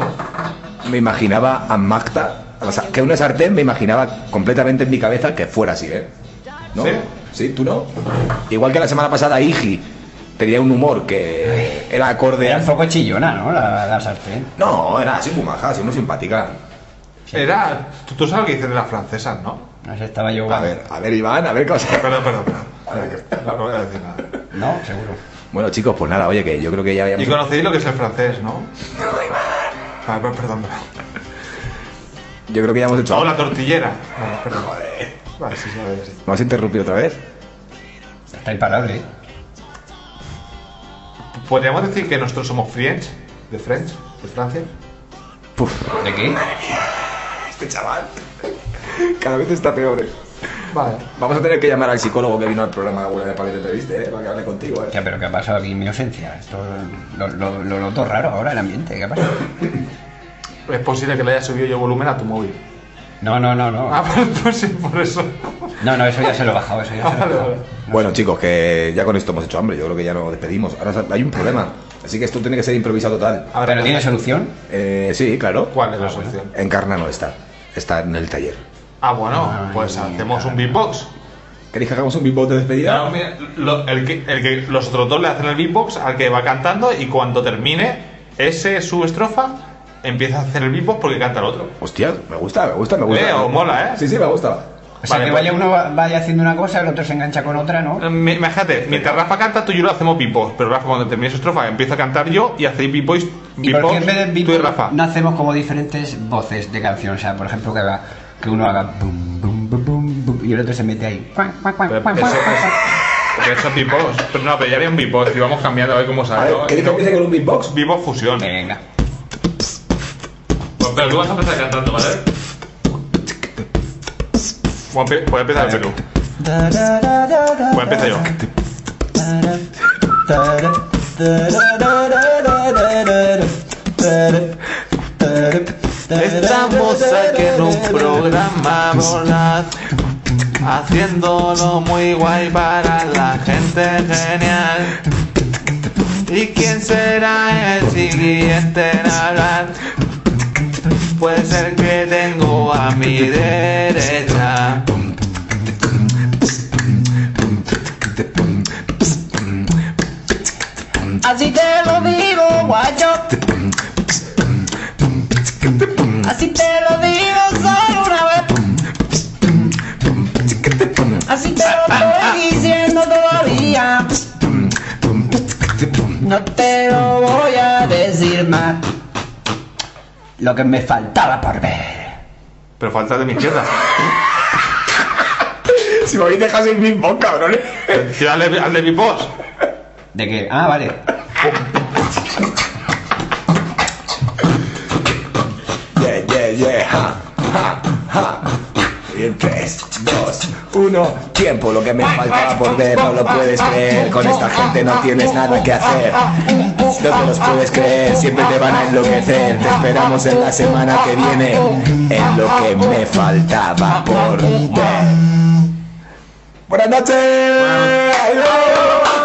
Speaker 1: me imaginaba a Magda, o sea, que una sartén me imaginaba completamente en mi cabeza que fuera así, ¿eh? ¿No?
Speaker 2: ¿Sí?
Speaker 1: ¿tú no? Igual que la semana pasada Igi tenía un humor que era acorde
Speaker 3: Era
Speaker 1: a...
Speaker 3: un poco chillona, ¿no? La, la sartén.
Speaker 1: No, era así muy maja, así muy simpática.
Speaker 2: Era. Tú, tú sabes lo que dicen de las francesas, ¿no?
Speaker 3: No sé, estaba yo...
Speaker 1: A ver, a ver, Iván, a ver qué vas a-
Speaker 2: Perdón, perdón, perdón. No, no voy a decir nada.
Speaker 3: No, seguro.
Speaker 1: Bueno, chicos, pues nada, oye, que yo creo que ya
Speaker 2: Y
Speaker 1: habíamos...
Speaker 2: conocéis lo que es el francés, ¿no? Ah, per- perdón, perdón.
Speaker 1: Yo creo que ya hemos hecho...
Speaker 2: O la tortillera. Vale, perdón. Ah, Vale, sí, sí, vale, sí.
Speaker 1: ¿Me vas a interrumpir otra vez?
Speaker 3: Está imparable. ¿eh?
Speaker 2: Podríamos decir que nosotros somos French, de French, de Francia.
Speaker 1: Puf,
Speaker 3: ¿De qué?
Speaker 1: este chaval cada vez está peor. eh.
Speaker 2: Vale.
Speaker 1: Vamos a tener que llamar al psicólogo que vino al programa alguna vez para que te entreviste, ¿eh? Para que hable contigo, ¿eh?
Speaker 3: Ya, pero ¿qué ha pasado aquí en mi ausencia? Esto lo, lo, lo noto raro ahora el ambiente. ¿Qué ha pasado?
Speaker 2: Es posible que le haya subido yo volumen a tu móvil.
Speaker 3: No, no, no, no.
Speaker 2: Ah, pues sí, por eso.
Speaker 3: No, no, eso ya se lo he bajado, eso ya se lo he
Speaker 2: Vale,
Speaker 3: bajado.
Speaker 2: vale.
Speaker 1: Bueno, chicos, que ya con esto hemos hecho hambre. Yo creo que ya nos despedimos. Ahora sa- hay un problema. Así que esto tiene que ser improvisado total.
Speaker 2: A ver,
Speaker 3: ¿Pero tiene solución?
Speaker 1: Eh, sí, claro.
Speaker 2: ¿Cuál es la solución?
Speaker 1: Encarna no está. Está en el taller.
Speaker 2: Ah, bueno,
Speaker 3: Ay,
Speaker 2: pues hacemos
Speaker 3: caramba.
Speaker 2: un beatbox.
Speaker 1: ¿Queréis que hagamos un beatbox de despedida?
Speaker 2: Claro, mira, lo- el que, el que los otros dos le hacen el beatbox al que va cantando y cuando termine ese su estrofa empieza a hacer el beatbox porque canta el otro.
Speaker 1: Hostia, me gusta, me gusta, me gusta.
Speaker 2: Eh, os mola, ¿eh?
Speaker 1: Sí, sí, me gusta.
Speaker 3: O sea,
Speaker 2: Vale,
Speaker 3: que
Speaker 2: pues-
Speaker 3: vaya uno va- vaya haciendo una cosa, el otro se engancha con otra, ¿no?
Speaker 2: Me- Eh, Imagínate, mientras Rafa canta, tú y yo lo hacemos beatbox, pero Rafa cuando termine su estrofa empieza a cantar yo y hacéis beatbox,
Speaker 3: ¿Y por qué en
Speaker 2: beatbox
Speaker 3: vez de
Speaker 2: tú y
Speaker 3: beatbox
Speaker 2: Rafa.
Speaker 3: no hacemos como diferentes voces de canción? O sea, por ejemplo, que, haga- que uno haga bum, bum, bum, bum, bum, y el otro se mete ahí. cuac, cuac, cuac,
Speaker 2: Pero
Speaker 3: cuac,
Speaker 2: eso-
Speaker 3: cuac, cuac.
Speaker 2: Porque eso es beatbox. Pero no, pero ya había un beatbox y vamos cambiando a ver cómo
Speaker 1: A
Speaker 2: sale.
Speaker 1: ver,
Speaker 2: ¿no?
Speaker 1: ¿queréis que empiece con un beatbox?
Speaker 2: Beatbox fusión.
Speaker 3: Venga.
Speaker 2: Pues, pero tú vas a empezar cantando, ¿vale? Voy a empe- voy a empezar el Perú. Voy a empezar yo.
Speaker 6: Estamos aquí en un programa voraz, haciéndolo muy guay para la gente genial. ¿Y quién será el siguiente en hablar? Puede ser que tengo a mi derecha.
Speaker 7: Así te lo digo, guacho. Así te lo digo solo una vez. Así te lo estoy diciendo todavía. No te lo voy a decir más.
Speaker 3: Lo que me faltaba por ver.
Speaker 2: Pero falta de mi izquierda.
Speaker 1: Si me habéis dejado sin ping-pong, cabrones.
Speaker 2: Tira al de, al de mi boss.
Speaker 3: ¿De qué? Ah, vale.
Speaker 1: Yeah, yeah, yeah. Ja, ja, ja. Y en 3, 2, 1, tiempo. Lo que me faltaba por ver, no lo puedes creer. Con esta gente no tienes nada que hacer. No te los puedes creer, siempre te van a enloquecer. Te esperamos en la semana que viene. En lo que me faltaba por ver. Buenas noches. Adiós.